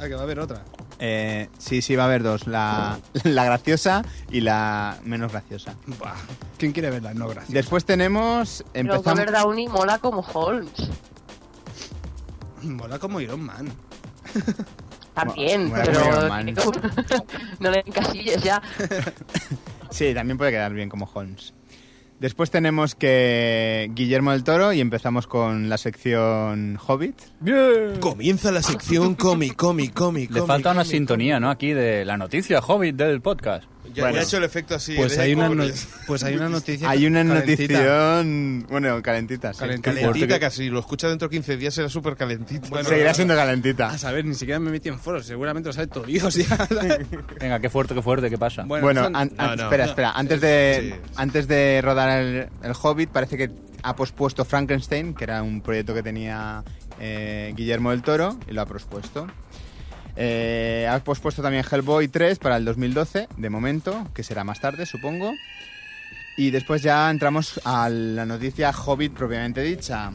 C: Ah, que va a haber otra.
D: Eh, sí, sí, va a haber dos, la, la graciosa y la menos graciosa.
C: Buah, ¿Quién quiere verla? No, gracias.
D: Después tenemos...
F: Pero
D: Empezamos,
F: Robert Downey mola como Holmes.
C: Mola como Iron Man.
F: También,
D: Mola como Iron Man.
F: pero no le encasilles ya.
D: Sí, también puede quedar bien como Holmes. Después tenemos que Guillermo del Toro y empezamos con la sección Hobbit.
B: Comienza la sección comi, comi, comi,
E: Le falta una sintonía, ¿no? Aquí de la noticia hobbit del podcast.
B: Ya,
D: Bueno.
B: ya ha hecho el efecto así. ¿eh?
C: Pues
B: el
C: hay,
B: eco,
C: una
B: pero
C: no-
B: ya-
C: pues hay una noticia.
D: Hay una
C: calentita.
D: notición... Bueno, calentita, sí.
C: Calentita.
B: Calentita casi, lo escucha dentro de 15 días, será súper calentita.
D: Seguirá siendo calentita.
B: Ah,
C: A saber, ni siquiera me metí en foros. Seguramente lo sabe Torrijos ya.
E: Venga, qué fuerte, qué fuerte, qué pasa.
D: Bueno,
C: son-
D: an- an-
B: No, no.
D: espera, espera. Antes de,
B: Sí.
D: antes de rodar el, el Hobbit, parece que ha pospuesto Frankenstein, que era un proyecto que tenía eh, Guillermo del Toro, y lo ha pospuesto. Eh, ha pospuesto también Hellboy 3 para el 2012, de momento, que será más tarde, supongo. Y después ya entramos a la noticia Hobbit propiamente dicha.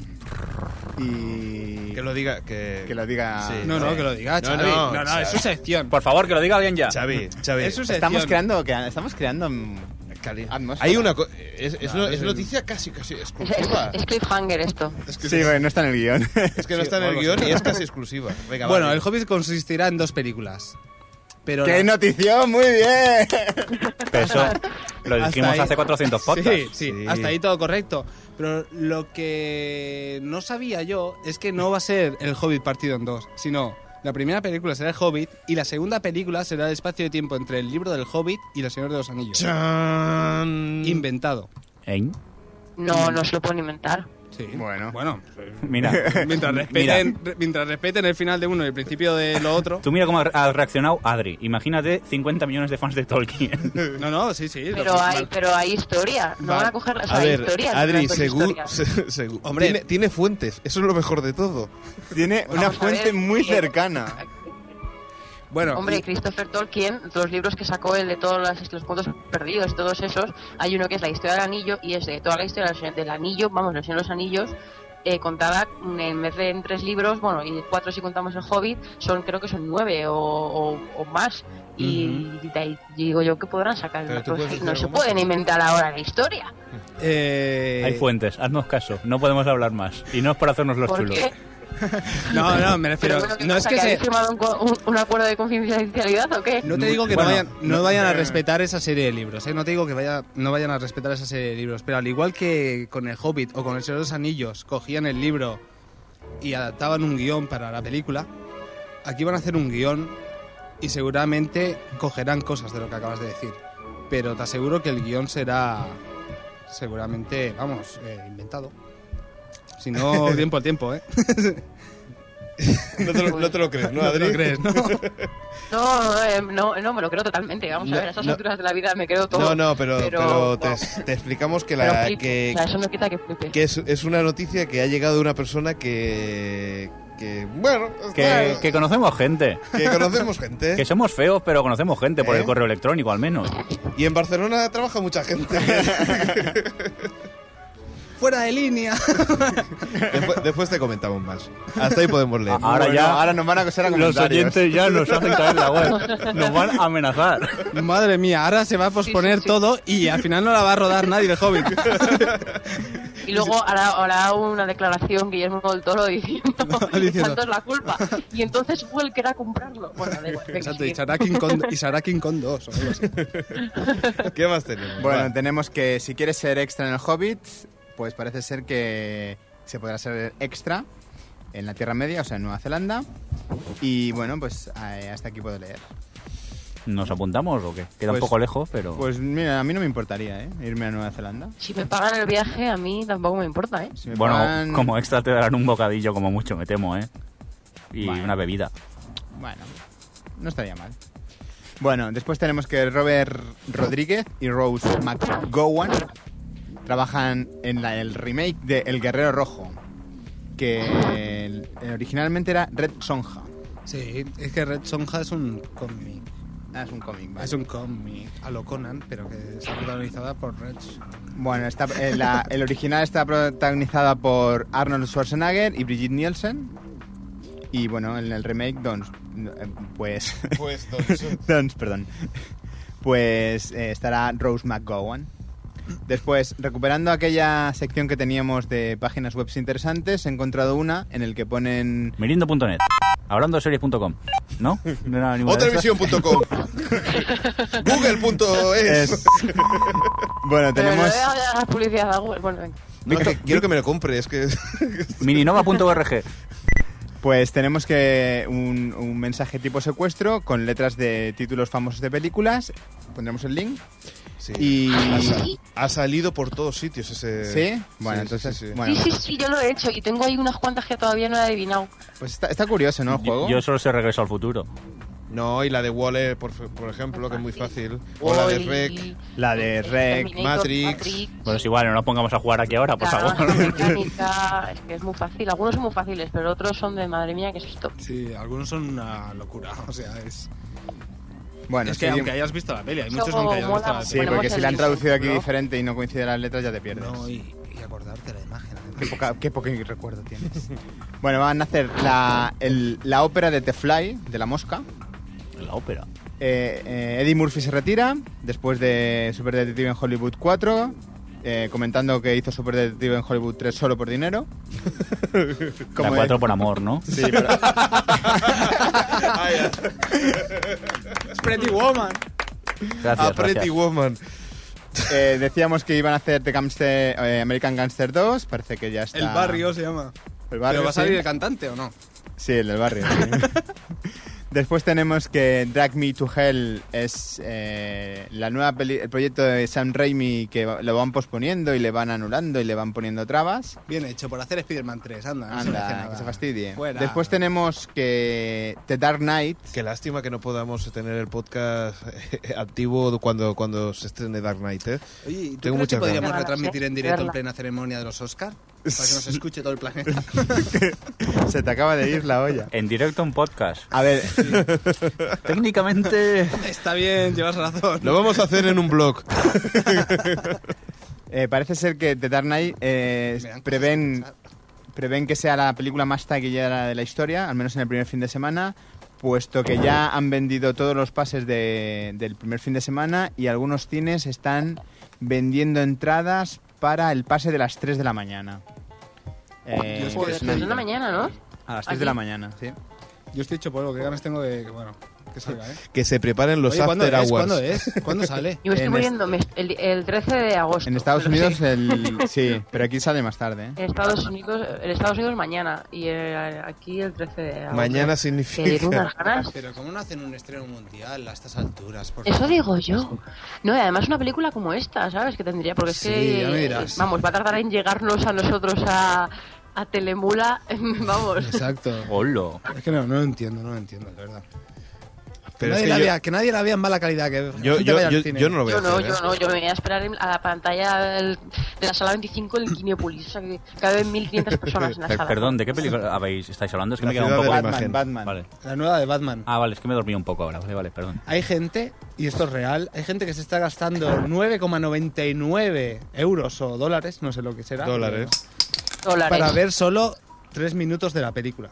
D: Y.
B: Que lo diga, que...
D: que lo diga.
B: Sí.
C: No, no, que lo diga,
B: No,
C: Xavi.
B: no,
C: No, no, es su sección.
E: Por favor, que lo diga alguien ya.
B: Xavi, Xavi.
C: Es su sección.
D: Estamos creando, que- estamos creando. mm,
B: Cali-
D: Atmósfera.
B: Hay una... co- Es, es,
C: No,
B: no-
C: no
B: es
C: sé.
B: noticia casi, casi
F: Es, es-
B: exclusiva.
F: es cliffhanger esto.
B: Es que,
D: Sí, bueno, no está en el guión.
B: es que no está en el
C: algo
B: guión
C: así.
B: y es casi exclusiva. Venga,
C: Bueno,
B: vale.
C: el Hobbit consistirá en dos películas. Pero
D: ¡Qué
C: la-
D: notición! ¡Muy bien!
E: Pero eso lo
C: Hasta
E: dijimos
C: ahí-
E: hace 400 podcasts.
C: Sí, sí,
B: Sí.
C: hasta ahí todo correcto. Pero lo que no sabía yo es que no va a ser el Hobbit partido en dos, sino la primera película será el Hobbit y la segunda película será el espacio de tiempo entre el libro del Hobbit y el Señor de los Anillos.
B: Chan.
C: Inventado.
E: ¿Eh?
F: No, no se lo pueden inventar.
C: Sí.
D: Bueno.
C: Bueno.
E: Mira,
C: Mientras respeten, re- mientras respeten el final de uno y el principio de lo otro.
E: tú mira cómo ha- ha reaccionado Adri. Imagínate 50 millones de fans de Tolkien.
C: No, no, sí, sí. lo
F: Pero
C: que-
F: hay, pero hay historia. No
C: Vale.
F: van a coger las
B: A ver,
F: historias.
B: Adri,
F: no hay
B: seguro...
F: historia.
C: Hombre.
B: tiene, tiene fuentes, eso es lo mejor de todo.
D: Tiene una
F: Vamos a
D: fuente
F: ver,
D: muy
F: eh,
D: cercana.
C: Bueno,
F: Hombre, Christopher Tolkien, los libros que sacó él de todos los, los puntos perdidos y todos esos, hay uno que es la historia del anillo y es de toda la historia del Señor- del anillo, vamos, del Señor de los anillos, eh, contada mm, en vez de en tres libros, bueno, y cuatro si contamos el Hobbit, son creo que son nueve o, o- o más. Y, de ahí digo yo que podrán sacar
B: Pero
F: una
B: tú
F: cosa
B: puedes
F: así.
B: decir
F: No
B: algo
F: se
B: más.
F: pueden inventar ahora la historia.
C: eh,
E: Hay fuentes, haznos caso. No podemos hablar más. Y no es por hacernos los
F: ¿Por
E: chulos.
F: qué?
C: No, no, me
F: Pero
C: refiero.
F: bueno, ¿qué
C: no es
F: pasa,
C: que
F: habéis
C: se.
F: firmado un, co- un- un acuerdo de confidencialidad o qué?
C: No te digo que
E: Bueno,
C: no vayan, no vayan a respetar esa serie de libros, ¿eh? No te digo que vaya, no vayan a respetar esa serie de libros, pero al igual que con el Hobbit o con el Señor de los Anillos, cogían el libro y adaptaban un guión para la película, aquí van a hacer un guión y seguramente cogerán cosas de lo que acabas de decir. Pero te aseguro que el guión será seguramente, vamos, eh, inventado. Si no, tiempo al tiempo, ¿eh?
B: No te lo, no te lo crees, ¿no,
C: No te
B: Adri?
C: lo crees, ¿no?
F: No, eh, no, no me lo creo totalmente. Vamos
B: No,
F: a ver, a estas
B: no.
F: alturas de la vida me creo
B: No,
F: todo.
B: no, pero, pero te,
F: no,
B: te explicamos que,
F: pero
B: la,
F: flipo.
B: que,
F: O sea, eso no quita que flipe.
B: que es, es una noticia que ha llegado de una persona que. que bueno,
E: Que, que conocemos gente.
B: que conocemos gente.
E: Que somos feos, pero conocemos gente por
B: ¿Eh?
E: el correo electrónico al menos.
B: Y en Barcelona trabaja mucha gente.
C: ¡Fuera de línea!
B: Después, después te comentamos más. Hasta ahí podemos leer.
E: Ah, ahora
D: Bueno,
E: ya-
D: ahora nos van a acosar a
E: Los
D: comentarios.
E: oyentes ya nos hacen caer la web. Nos van a amenazar.
C: Madre mía, ahora se va a posponer
F: Sí, sí, sí.
C: todo y al final no la va a rodar nadie el Hobbit.
F: Y luego hará, hará una declaración Guillermo del Toro diciendo,
C: Diciendo.
F: "Santo es la culpa. Y entonces fue el que era comprarlo. Bueno, da igual, venga,
C: Exacto,
F: sigue.
C: y será King Kong, y será King Kong 2 o algo así.
B: ¿Qué más tenemos?
D: Bueno,
B: Va.
D: tenemos que si quieres ser extra en el Hobbit, pues parece ser que se podrá ser extra en la Tierra Media, o sea, en Nueva Zelanda. Y bueno, pues eh, hasta aquí puedo leer.
E: ¿Nos apuntamos o qué? Queda
D: Pues-
E: un poco lejos, pero.
D: Pues mira, a mí no me importaría, ¿eh? Irme a Nueva Zelanda.
F: Si me pagan el viaje, a mí tampoco me importa, ¿eh?
D: Si me
E: bueno,
D: pagan-
E: como extra te darán un bocadillo, como mucho, me temo, ¿eh? Y
D: Vale.
E: una bebida.
D: Bueno, no estaría mal. Bueno, después tenemos que Robert Rodríguez y Rose McGowan trabajan en la- el remake de El Guerrero Rojo, que el- eh, originalmente era Red Sonja.
C: Sí, es que Red Sonja es un cómic.
D: Ah, es un cómic, vale.
C: Es un cómic a lo Conan, pero que está protagonizada por Red Sonja.
D: Bueno, está, eh, la- el original está protagonizada por Arnold Schwarzenegger y Brigitte Nielsen. Y bueno, en el remake, Don, eh, pues...
B: Pues, entonces,
D: Dons, perdón. Pues eh, estará Rose McGowan. Después, recuperando aquella sección que teníamos de páginas web interesantes, he encontrado una en el que ponen...
E: Mirindo.net. Hablando de series.com. ¿No? No era ninguna de estas.
B: Otrevisión.com Google.es
D: Es- bueno, tenemos...
F: Pero le voy a dar publicidad a Google. Bueno, venga.
B: No, que- Quiero que me lo compre, es que...
E: Mininova.org.
D: Pues tenemos que un, un mensaje tipo secuestro con letras de títulos famosos de películas. Pondremos el link.
B: Sí.
D: Y...
B: Ha, sa- ha salido por todos sitios ese...
D: ¿Sí? Bueno, entonces...
B: sí, sí.
D: Bueno,
F: Sí, sí, sí, yo lo he hecho y tengo ahí unas cuantas que todavía no he adivinado.
D: pues está, está curioso, ¿no? El juego.
E: Yo, yo solo sé regreso al futuro.
B: No, y la de Waller, por, fe- por ejemplo, que es muy fácil. O la de
F: Hoy-
B: Rec.
D: La de Rec,
F: Terminator,
B: Matrix.
E: Bueno, es igual, no nos pongamos a jugar aquí ahora, por
F: Claro,
E: favor.
F: mecánica, es que es muy fácil. Algunos son muy fáciles, pero otros son de madre mía, que es esto?
C: Sí, algunos son una locura, o sea, es...
D: Bueno,
C: es que
D: seguimos.
C: aunque hayas visto la peli, hay
F: Eso
C: muchos aunque hayas
F: mola
C: visto la
F: mucho.
D: Sí,
C: peli.
F: Ponemos
D: porque si
F: el
D: la han traducido aquí
F: ¿no?
D: diferente y no coincide las letras, ya te pierdes.
C: No, y, y acordarte la imagen. además.
D: Qué, poca- qué poco recuerdo tienes. bueno, van a hacer la, el- la ópera de The Fly, de la mosca.
E: La ópera.
D: Eh, eh, Eddie Murphy se retira después de Super Detective en Hollywood 4, eh, comentando que hizo Super Detective en Hollywood 3 solo por dinero.
E: La
D: de-
E: cuatro por amor, ¿no?
D: Sí, pero-
E: Ah,
C: Pretty Woman.
E: Gracias,
B: A Ah, Pretty
E: gracias.
B: Woman.
D: eh, decíamos que iban a hacer The Gangster- eh, American Gangster 2, parece que ya está.
C: El barrio se llama.
D: El barrio,
C: ¿Pero va a
D: sí.
C: salir el cantante o no?
D: Sí, el del barrio. sí. Después tenemos que Drag Me to Hell es eh, la nueva peli- el proyecto de Sam Raimi que va- lo van posponiendo y le van anulando y le van poniendo trabas.
C: Bien hecho, por hacer Spider-Man 3, anda. Ah, no se merece
D: Anda,
C: nada.
D: que se fastidie.
C: Fuera.
D: Después tenemos que The Dark Knight.
B: Qué lástima que no podamos tener el podcast eh, activo cuando, cuando se estrene Dark Knight, ¿eh?
C: Oye, ¿y ¿tú
B: Tengo
C: crees
B: muchas
C: que podríamos
F: ganas.
C: retransmitir en
F: Verla.
C: directo en plena ceremonia de los Oscar? Para que nos escuche todo el planeta.
D: Se te acaba de ir la olla.
E: En directo en podcast.
D: A ver,
E: Técnicamente.
C: Está bien, llevas razón.
B: Lo vamos a hacer en un blog.
D: eh, parece ser que The Dark Knight eh,
C: Me dan
D: prevén,
C: cosas
D: prevén que sea la película más taquillera de la historia, al menos en el primer fin de semana, puesto que ya han vendido todos los pases de- del primer fin de semana y algunos cines están vendiendo entradas para el pase de las 3 de la mañana. Eh,
C: Dios,
F: Joder,
C: es
F: pero
D: una-
F: es una mañana, ¿no?
D: A las 3 de la
F: Aquí.
D: mañana, sí.
C: Yo estoy hecho polvo, qué ganas tengo de que, bueno, que salga, ¿eh?
B: Que se preparen los
C: Oye, ¿cuándo
B: after
C: es?
B: hours.
C: ¿Cuándo es? ¿Cuándo sale?
F: Yo me estoy
D: En
F: muriendo me- el, el 13 de agosto.
D: En Estados
F: pero sí.
D: Unidos, el, sí, pero aquí sale más tarde.
F: En
D: ¿eh?
F: Estados Unidos, en Estados Unidos mañana y eh, aquí el 13 de agosto.
B: Mañana
F: Que tengo
B: significa...
F: unas ganas.
C: Pero ¿cómo no hacen un estreno mundial a estas alturas? Por
F: Eso
C: favor?
F: digo yo. No, y además una película como esta, ¿sabes? Que tendría, porque es
C: Sí,
F: que,
C: ya me dirás.
F: vamos, va a tardar en llegarnos a nosotros a, a Telemula, vamos.
C: Exacto.
E: Holo.
C: Es que no, no lo entiendo, no lo entiendo, de verdad.
B: Pero es
C: nadie
B: que
C: la
B: yo-
C: vea, que nadie la vea en mala calidad. Que la
B: Yo,
C: gente
B: yo,
C: vaya al
B: yo,
C: cine.
B: yo no lo voy a
F: Yo no,
B: hacer,
F: yo
B: ¿eh?
F: no, yo me voy a esperar en- a la pantalla del- de la sala 25 del Kinepolis, o sea que caben 1.500 personas en la
E: Per-
F: sala.
E: perdón, ¿de qué película habéis, estáis hablando? Es que
B: La
E: me he quedado
B: ciudad
E: un
B: de
E: poco...
B: la
D: Batman,
B: imagen.
D: Batman.
E: Vale.
C: La nueva de Batman.
E: Ah, vale, es que me he dormido un poco ahora. Vale, vale, perdón.
C: Hay gente, y esto es real, hay gente que se está gastando 9,99 euros o dólares, no sé lo que será.
B: Dólares.
F: Dólares.
C: Para ver solo 3 minutos de la película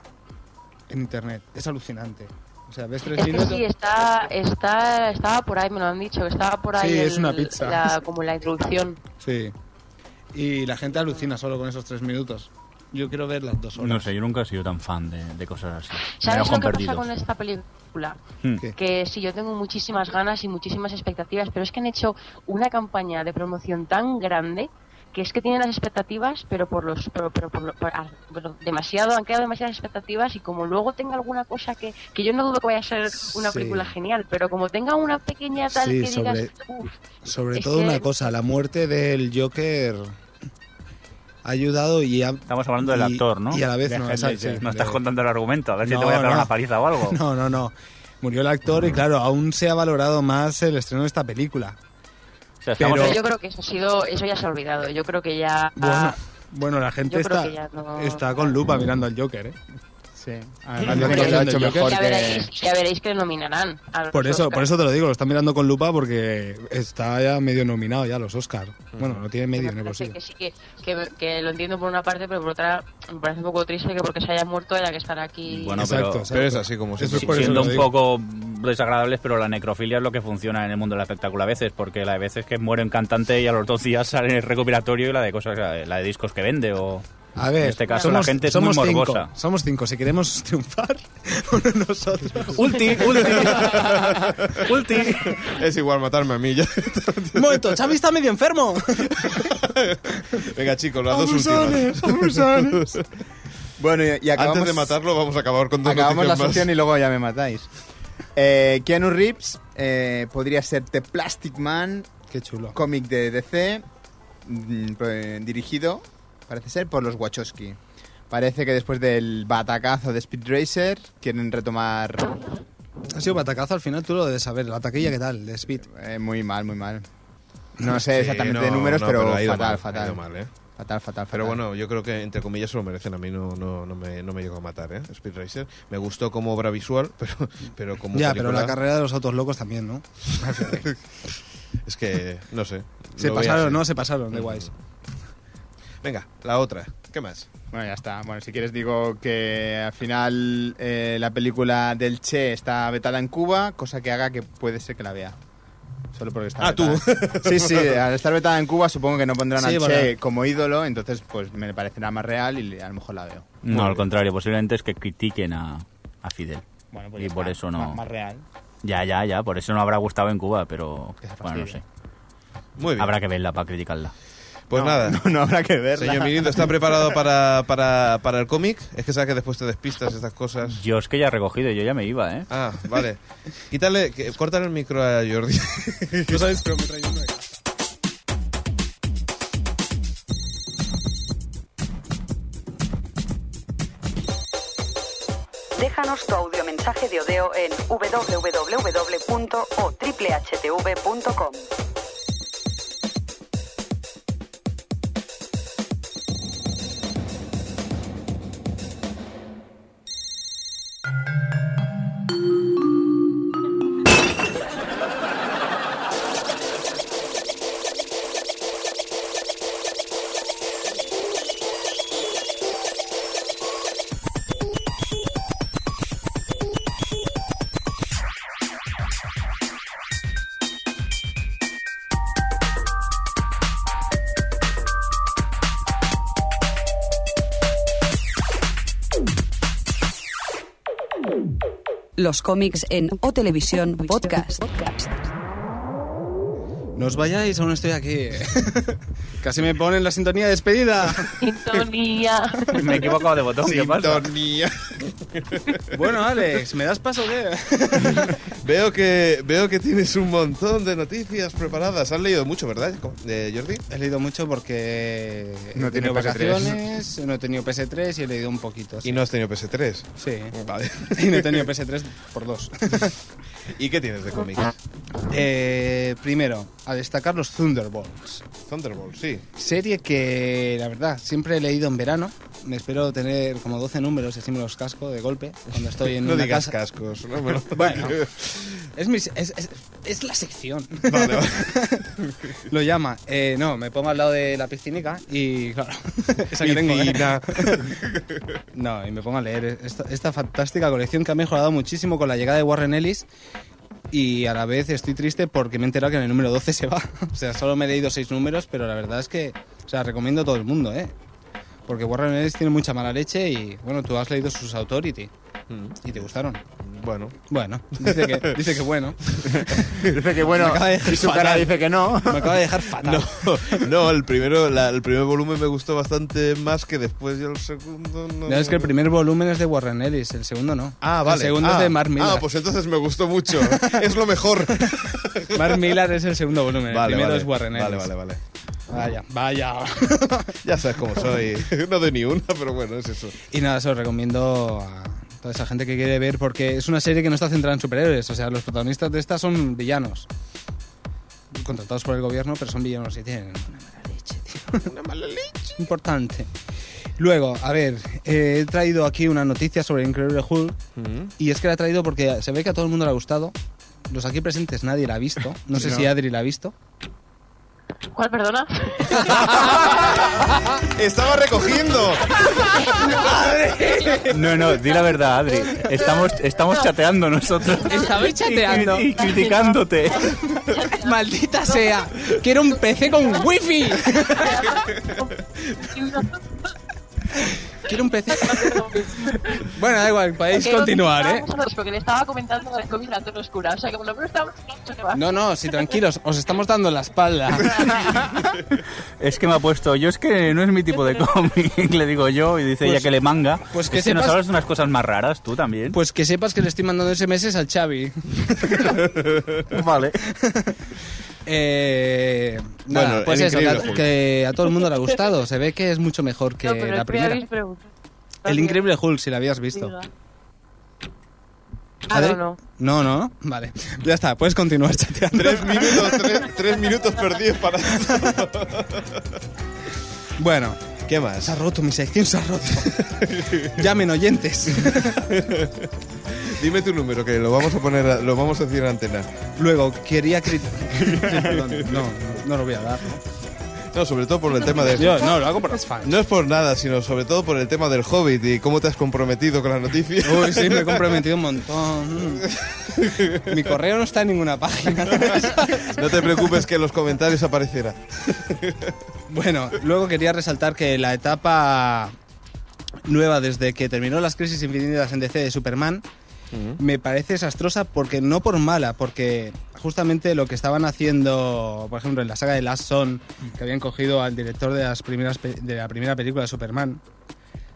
C: en internet. Es alucinante. O sea, ves 3
F: Es que
C: minutos.
F: sí, está, está, estaba por ahí, me lo han dicho, que estaba por ahí.
C: Sí, es una pizza.
F: la- como la introducción.
C: Sí. Y la gente alucina solo con esos 3 minutos. Yo quiero ver las 2 horas.
E: No sé, yo nunca he sido tan fan de, de cosas así. Me
F: ¿Sabes
E: dejo
F: lo que
E: perdido.
F: pasa con esta película?
E: Hmm.
C: ¿Qué?
F: Que sí, yo tengo muchísimas ganas y muchísimas expectativas, pero es que han hecho una campaña de promoción tan grande que es que tienen las expectativas, pero por los, pero, pero por lo- por- ah, bueno, demasiado, han creado demasiadas expectativas y como luego tenga alguna cosa que, que yo no dudo que vaya a ser una
C: Sí.
F: película genial, pero como tenga una pequeña tal
C: Sí,
F: que digas,
C: sobre-
F: "Uf,
C: Sobre
F: Es
C: todo
F: que-
C: una cosa, la muerte del Joker ha ayudado y ha-
E: Estamos hablando del
C: y-
E: actor, ¿no?
C: Y a la vez
D: De
C: no,
D: Heath
C: exacto,
D: Ledger.
C: sí,
E: No estás
C: de-
E: contando el argumento, a ver si
C: No,
E: te voy a pegar
C: no.
E: una paliza o algo.
C: No, no, no. Murió el actor y
F: Ah.
C: claro, aún se ha valorado más el estreno de esta película.
E: O sea, estamos-
C: Pero-
F: Pero yo creo que eso ha sido, eso ya se ha olvidado. Yo creo que ya.
C: Bueno, bueno la gente
F: Ah. yo creo
C: está,
F: que ya no-
C: está con lupa mirando al Joker, ¿eh?
D: Sí.
C: Yo
D: Además,
C: creo que
D: lo que lo ha
C: el
D: hecho
C: Joker-
D: mejor
F: ya,
D: que...
F: veréis, ya veréis que nominarán. a los
C: Por eso,
F: Oscar.
C: por eso te lo digo, lo están mirando con lupa porque está ya medio nominado ya a los Oscar.
E: Mm.
C: Bueno, no Pues tiene medio en
F: Me
C: el
F: parece
C: bolsillo.
F: Que sí, que, que, que lo entiendo por una parte, pero por otra me parece un poco triste que porque se haya muerto haya que estar aquí.
E: Bueno,
C: exacto,
E: pero-
C: exacto.
B: Pero es así como
C: Eso
B: siempre.
C: sí,
B: ocurre.
C: eso
E: siendo
C: lo
E: un
C: digo.
E: poco desagradables, pero la necrofilia es lo que funciona en el mundo del espectáculo a veces, porque la de veces que muere un cantante y a los dos días sale el recopilatorio y la de cosas, la de discos que vende o...
C: A ver,
E: en este caso la
C: somos,
E: gente es
C: somos
E: muy
C: cinco,
E: morbosa.
C: Somos cinco, si queremos triunfar, uno de nosotros.
E: Ulti, ulti, ulti.
B: Es igual matarme a mí ya.
C: Un momento, Xavi está medio enfermo.
B: Venga, chicos, las dos últimas.
C: Abusones, abusones.
D: Bueno, y, y acabamos,
B: Antes de matarlo, vamos a acabar con dos
D: acabamos la
B: noticias
D: sección y
B: más.
D: luego ya me matáis. Eh, Keanu Reeves eh, podría ser The Plastic Man,
C: Qué chulo.
D: cómic de DC, mm, pro- eh, dirigido, parece ser, por los Wachowski. Parece que después del batacazo de Speed Racer quieren retomar
C: Ha sido batacazo al final, tú lo debes saber. La taquilla, ¿qué tal? De Speed.
D: eh, muy mal, muy mal. No sé
B: Sí,
D: exactamente
B: no,
D: de números,
B: no,
D: pero,
B: ha ido
D: fatal,
B: mal, ha
D: fatal,
B: ido mal, ¿eh?
D: fatal, fatal,
B: Pero
D: fatal.
B: bueno, yo creo que entre comillas se lo merecen. A mí no, no, no, me, no me llegó a matar, ¿eh? Speed Racer. Me gustó como obra visual, pero, pero como.
C: Ya, pero
B: película,
C: la carrera de los autos locos también, ¿no?
B: Es que, no sé.
C: Se
B: lo veía
C: pasaron,
B: así.
C: ¿no? Se pasaron de
B: Mm.
C: guays.
B: Venga, la otra. ¿Qué más?
D: Bueno, ya está. Bueno, si quieres digo que al final eh, la película del Che está vetada en Cuba, cosa que haga que puede ser que la vea. Solo porque está
B: Ah,
D: vetada.
B: tú.
D: Sí, sí, al estar vetada en Cuba supongo que no pondrán
C: Sí,
D: al
C: vale.
D: Che como ídolo, entonces pues me parecerá más real y a lo mejor la veo.
E: No, al contrario, posiblemente es que critiquen a, a Fidel.
D: Bueno,
E: Y
D: ya
E: por
D: está.
E: eso no.
D: Más, más real.
E: Ya, ya, ya, por eso no habrá gustado en Cuba, pero
D: Que se
E: bueno, no sé.
D: fastidie.
B: Muy bien.
E: Habrá que verla para criticarla.
B: Pues nada.
D: No, no habrá que verla.
B: Señor Mirindo, ¿está preparado para, para, para el cómic? Es que sabes que después te despistas estas cosas.
E: Yo es que ya he recogido, yo ya me iba, ¿eh?
B: Ah, vale. Quítale, que- córtale el micro a Jordi.
C: Tú sabes, pero me traigo una.
A: Déjanos tu audiomensaje de odeo en www.otriplehtv.com. Los cómics en O Televisión Podcast.
C: No os vayáis, aún estoy aquí. Casi me ponen la sintonía de despedida.
F: Sintonía.
E: Me he equivocado de botón, ¿qué pasa?
B: Sintonía.
C: Bueno, Alex, ¿me das paso o qué?
B: Veo que, veo que tienes un montón de noticias preparadas. Has leído mucho, ¿verdad, eh, Jordi?
C: He leído mucho porque
D: No
C: he
D: tiene
C: tenido
D: PS3.
C: vacaciones, no he tenido PS3 y he leído un poquito.
B: Y
C: Sí.
B: no has tenido PS3.
C: Sí.
B: Vale.
C: Y no he tenido PS3 por dos.
B: ¿Y qué tienes de cómics?
C: Eh, primero, a destacar los Thunderbolts.
B: Thunderbolt, sí.
C: Serie que, la verdad, siempre he leído en verano. Me espero tener como 12 números y así me los casco de golpe cuando estoy en
B: No
C: una
B: digas
C: casa.
B: cascos. ¿no? Bueno.
C: Bueno. Es, mi- es- es- es la sección.
B: Vale, vale.
C: Lo llama. Eh, no, me pongo al lado de la piscinica y, claro, esa que tengo. ¿eh?
B: Piscina.
C: No, y me pongo a leer esta, esta fantástica colección que ha mejorado muchísimo con la llegada de Warren Ellis. Y a la vez estoy triste porque me he enterado que en el número 12 se va. O sea, solo me he leído seis números, pero la verdad es que, o sea, recomiendo a todo el mundo, ¿eh? Porque Warren Ellis tiene mucha mala leche y, bueno, tú has leído sus Authority
B: Mm,
C: y te gustaron.
B: Bueno.
C: Bueno, dice que, dice que bueno.
D: Dice que bueno,
C: acaba de dejar
D: y su cara
C: fatal.
D: dice que no.
C: Me acaba de dejar fatal.
B: No, no el, primero, la- el primer volumen me gustó bastante más que después y el segundo no.
C: No, es que el primer volumen es de Warren Ellis, el segundo no.
B: Ah, vale.
C: El segundo
B: Ah,
C: es de Mark Millar.
B: Ah, pues entonces me gustó mucho. es lo mejor.
C: Mark Millar es el segundo volumen, el
B: Vale,
C: primero
B: vale.
C: es Warren Ellis.
B: Vale, vale, vale.
C: Vaya, vaya.
B: Ya sabes cómo soy. No doy ni una, pero bueno, es eso.
C: Y nada, se lo recomiendo a toda esa gente que quiere ver porque es una serie que no está centrada en superhéroes. O sea, los protagonistas de esta son villanos. Contratados por el gobierno, pero son villanos y tienen una mala leche, tío. Una mala leche. Importante. Luego, a ver, eh, he traído aquí una noticia sobre Increíble Hulk. Y es que la he traído porque se ve que a todo el mundo le ha gustado. Los aquí presentes nadie la ha visto. No sé
D: No.
C: si Adri la ha visto.
F: ¿Cuál, perdona?
B: ¡Estaba recogiendo!
E: No, no, di la verdad, Adri. Estamos, estamos chateando nosotros.
C: Estabais chateando.
E: Y, y criticándote.
C: ¡Maldita sea! ¡Quiero un PC con wifi! Quiero un PC. Bueno, da igual, podéis continuar, ¿eh?
F: Porque le estaba comentando de COVID la torre oscura. O sea, que por lo menos estamos en otro tema.
C: No, no, sí, tranquilos, os estamos dando la espalda.
E: Es que me ha puesto, yo es que no es mi tipo de cómic, le digo yo, y dice
C: Pues-
E: ella que le manga.
C: pues
E: Pues
C: que
E: que nos
C: sepas-
E: hablas de unas cosas más raras, tú también.
C: Pues que sepas que le estoy mandando SMS al Xavi.
E: Pues, vale.
C: Eh, nada,
B: Bueno,
C: pues
B: el
C: eso, que
B: Increíble
C: a,
B: Hulk.
C: que a todo el mundo le ha gustado. Se ve que es mucho mejor que
F: No, pero
C: la
F: es que
C: primera.
F: habéis preguntado.
C: El Increíble Hulk, si la habías visto.
F: Ah,
C: ¿Adri?
F: no, no.
C: No, no, vale. Ya está, puedes continuar chateando.
B: Tres minutos, tres, tres minutos perdidos para.
C: Bueno,
B: ¿Qué
C: se
B: más?
C: ha roto, mi sección se ha roto. Llamen oyentes.
B: Dime tu número, que lo vamos a poner, a- lo vamos a decir en antena.
C: Luego, quería criticar. no, no, no lo voy a dar.
B: No, sobre todo por el tema de.
C: Yo, no, lo hago por los fans.
B: No es por nada, sino sobre todo por el tema del Hobbit y cómo te has comprometido con la noticia.
C: Uy, sí, me he comprometido un montón. Mm. Mi correo no está en ninguna página.
B: No te preocupes que en los comentarios aparecerá.
C: Bueno, luego quería resaltar que la etapa nueva desde que terminó las crisis infinitas en DC de Superman me parece desastrosa porque no por mala, porque justamente lo que estaban haciendo, por ejemplo, en la saga de Last Son, que habían cogido al director de, las primeras, pe- de la primera película de Superman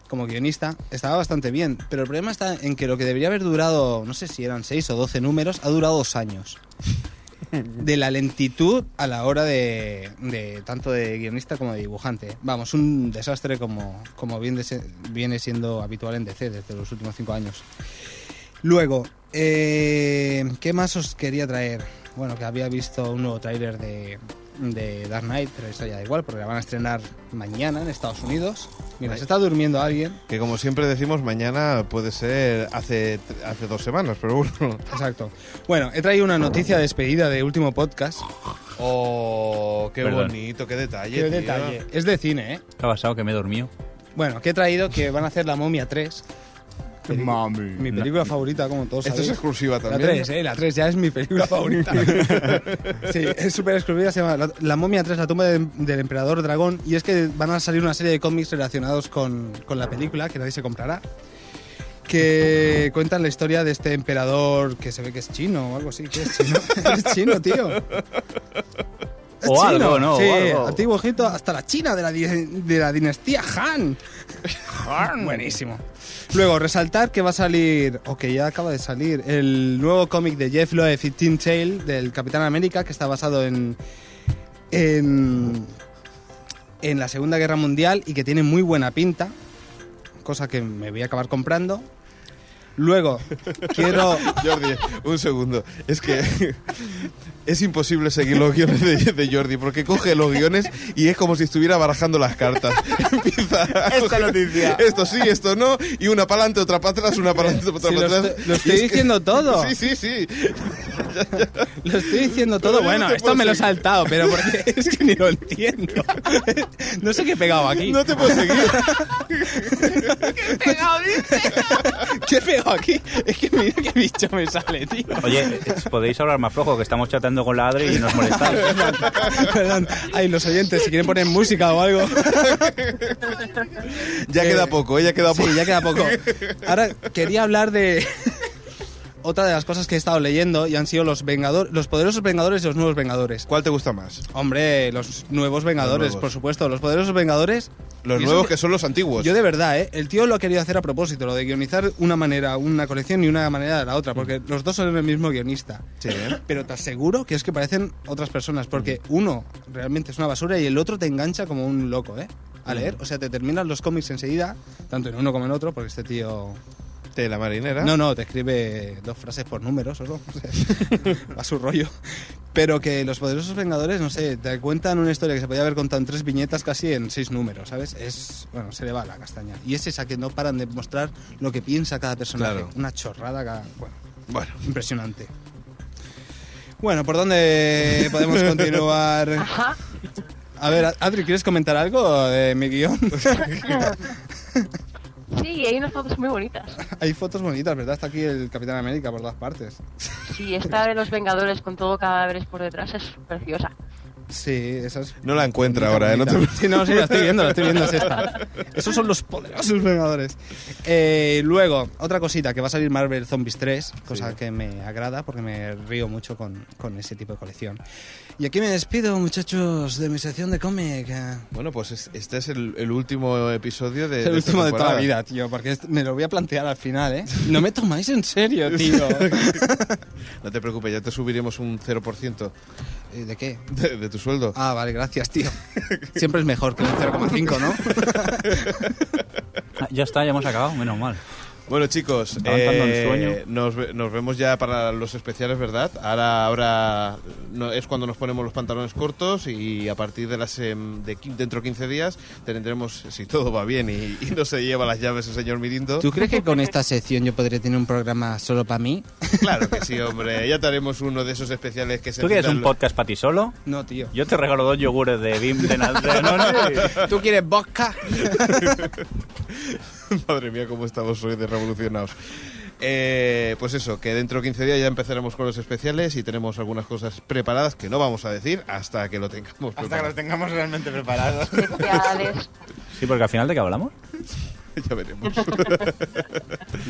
C: como guionista, estaba bastante bien, pero el problema está en que lo que debería haber durado, no sé si eran 6 o 12 números, ha durado dos años de la lentitud a la hora de, de- tanto de guionista como de dibujante. Vamos, un desastre como, como bien dese- viene siendo habitual en DC desde los últimos cinco años. Luego, eh, ¿qué más os quería traer? Bueno, que había visto un nuevo tráiler de, de Dark Knight, pero esto ya da igual porque la van a estrenar mañana en Estados Unidos. Mira, se está durmiendo alguien.
B: Que como siempre decimos, mañana puede ser hace, hace dos semanas, pero bueno.
C: Exacto. Bueno, he traído una noticia de despedida de último podcast.
B: Oh, qué
E: Perdón.
B: bonito, qué detalle.
C: Qué
B: tío.
C: detalle. Es de cine, ¿eh?
E: ¿Qué ha pasado? Que me he dormido.
C: Bueno, que he traído que van a hacer la momia 3.
D: Mami.
C: Mi película favorita, como todos
B: Esto es
C: sabéis.
B: exclusiva
C: la
B: también.
C: 3, eh, la 3 ya es mi película favorita. sí, es súper exclusiva, se llama La, La momia 3, la tumba de- del emperador dragón. Y es que van a salir una serie de cómics relacionados con, con la película, que nadie se comprará. Que cuentan la historia de este emperador que se ve que es chino o algo así. ¿Qué es chino? es chino, tío.
E: o
C: chino.
E: algo, ¿no? O
C: Sí,
E: algo.
C: antiguo Egipto hasta la China de la, di- de la dinastía Han. Buenísimo. Luego, resaltar que va a salir, o que ya acaba de salir, el nuevo cómic de Jeff Loeb y Tim Tail del Capitán América, que está basado en. en. en la Segunda Guerra Mundial y que tiene muy buena pinta. Cosa que me voy a acabar comprando. Luego, quiero.
B: Jordi, un segundo. Es que es imposible seguir los guiones de, de Jordi porque coge los guiones y es como si estuviera barajando las cartas. Empieza a
D: Esta
B: coger
D: noticia.
B: Esto sí, esto no. Y una para adelante, otra para atrás, una para adelante, otra
C: Si
B: para
C: lo
B: atrás.
C: estoy- lo
B: Y
C: estoy
B: es que-
C: diciendo todo.
B: Sí, sí, sí.
C: Lo estoy diciendo
B: Pero
C: todo.
B: yo no
C: Bueno,
B: te
C: esto
B: puedo
C: me lo he
B: seguir.
C: saltado, pero porque es que ni lo entiendo. No sé qué he pegado aquí.
B: No te puedo seguir.
C: ¿Qué he pegado aquí? Es que mira qué bicho me sale, tío.
E: Oye, podéis hablar más flojo, que estamos chatando con la Adri y nos molestáis.
C: Perdón. Ay, los oyentes, si quieren poner música o algo.
B: Ya
C: Eh,
B: queda poco, eh, ya queda
C: Sí,
B: poco.
C: ya queda poco. Ahora quería hablar de otra de las cosas que he estado leyendo y han sido los Vengadores, los poderosos Vengadores y los nuevos Vengadores.
B: ¿Cuál te gusta más?
C: Hombre, los nuevos Vengadores,
B: nuevos.
C: por supuesto. Los poderosos Vengadores.
B: Los
C: Y eso
B: nuevos
C: que-
B: que son los antiguos.
C: Yo de verdad, ¿eh? El tío lo ha querido hacer a propósito, lo de guionizar una manera, una colección y una manera de la otra, porque los dos son el mismo guionista.
B: Sí, ¿eh?
C: Pero te aseguro que es que parecen otras personas, porque uno realmente es una basura y el otro te engancha como un loco, ¿eh? A
B: Mm.
C: leer, o sea, te terminan los cómics enseguida, tanto en uno como en otro, porque este tío...
B: De la marinera.
C: No, no, te escribe dos frases por número solo, o sea, a su rollo. Pero que los poderosos vengadores, no sé, te cuentan una historia que se podía haber contado en tres viñetas casi en seis números, ¿sabes? Es, bueno, se le va la castaña. Y es esa que no paran de mostrar lo que piensa cada personaje.
B: Claro.
C: Una chorrada cada... Bueno,
B: Bueno.
C: Impresionante. Bueno, ¿por dónde podemos continuar?
F: Ajá.
C: A ver, Adri, ¿quieres comentar algo de mi guión?
F: Sí, hay unas fotos muy bonitas.
C: Hay fotos bonitas, ¿verdad? Está aquí el Capitán América por todas partes.
F: Sí, esta de los Vengadores con todo cadáveres por detrás es preciosa.
C: Sí, esa es...
B: No la encuentra ahora, ¿eh? No te-
C: Sí, no, sí, la estoy viendo, la estoy viendo, es esta. Esos son los poderosos vengadores. Eh, luego, otra cosita, que va a salir Marvel Zombies 3, cosa que me agrada porque me río mucho con, con ese tipo de colección. Y aquí me despido, muchachos, de mi sección de cómic. eh.
B: Bueno, pues es- este es el, el último episodio de.
C: Es el
B: esta
C: último de toda la
B: temporada.
C: vida, tío, porque est- me lo voy a plantear al final, ¿eh? No me tomáis en serio, tío.
B: No te preocupes, ya te subiremos un 0%
C: Eh, ¿De qué?
B: de, de tu sueldo.
C: Ah, vale, gracias, tío. Siempre es mejor que un 0,5, ¿no?
E: Ah, ya está, ya hemos acabado, menos mal.
B: Bueno, chicos,
E: Está entrando en
B: eh,
E: sueño.
B: nos, ve- nos vemos ya para los especiales, ¿verdad? Ahora, ahora no- es cuando nos ponemos los pantalones cortos y a partir de las em, de quin- dentro de 15 días tendremos, si todo va bien y, y no se lleva las llaves el señor Mirindo.
C: ¿Tú crees que con esta sección yo podré tener un programa solo para mí?
B: Claro que sí, hombre. Ya te haremos uno de esos especiales que se.
E: ¿Tú quieres
B: citan
E: un
B: los-
E: podcast para ti solo?
C: No, tío.
E: Yo te regalo dos yogures de Bim de Danone.
C: ¿Tú quieres vodka?
B: Madre mía, cómo estamos hoy de revolucionados. Eh, pues eso, que dentro de 15 días ya empezaremos con los especiales y tenemos algunas cosas preparadas que no vamos a decir hasta que lo tengamos
D: Hasta que
B: preparado.
D: los tengamos realmente preparados.
F: Especiales.
E: Sí, porque al final de qué hablamos.
B: Ya veremos.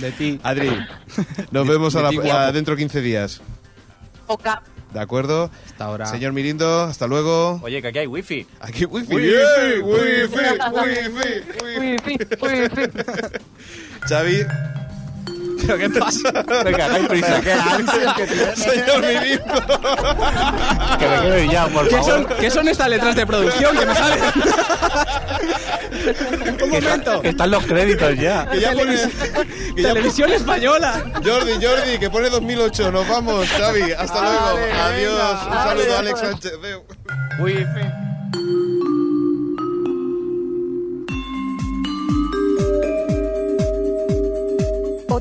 C: De ti.
B: Adri, nos vemos a la-
C: de ti, guapo.
B: a dentro de 15 días.
F: Oca.
B: ¿De acuerdo?
C: Hasta ahora.
B: Señor Mirindo, hasta luego.
E: Oye, que aquí hay wifi.
B: Aquí wifi.
E: Wifi,
B: wifi, wifi, wifi.
F: Uy, fin, uy, fin.
B: Xavi,
E: ¿Qué pasa? Venga, no hay prisa.
B: señor Mirindo.
E: Que me quiero ir ya, por
C: ¿Qué son,
E: favor.
C: qué son estas letras de producción que me salen? un momento.
E: Que están los créditos ya.
B: Que ya pone, que ya pone-
C: Televisión española.
B: Jordi, Jordi, que pone 2008. Nos vamos, Xavi. Hasta luego. Adiós. Un saludo a Alex Sánchez. Adeu.
E: Wifi.
A: O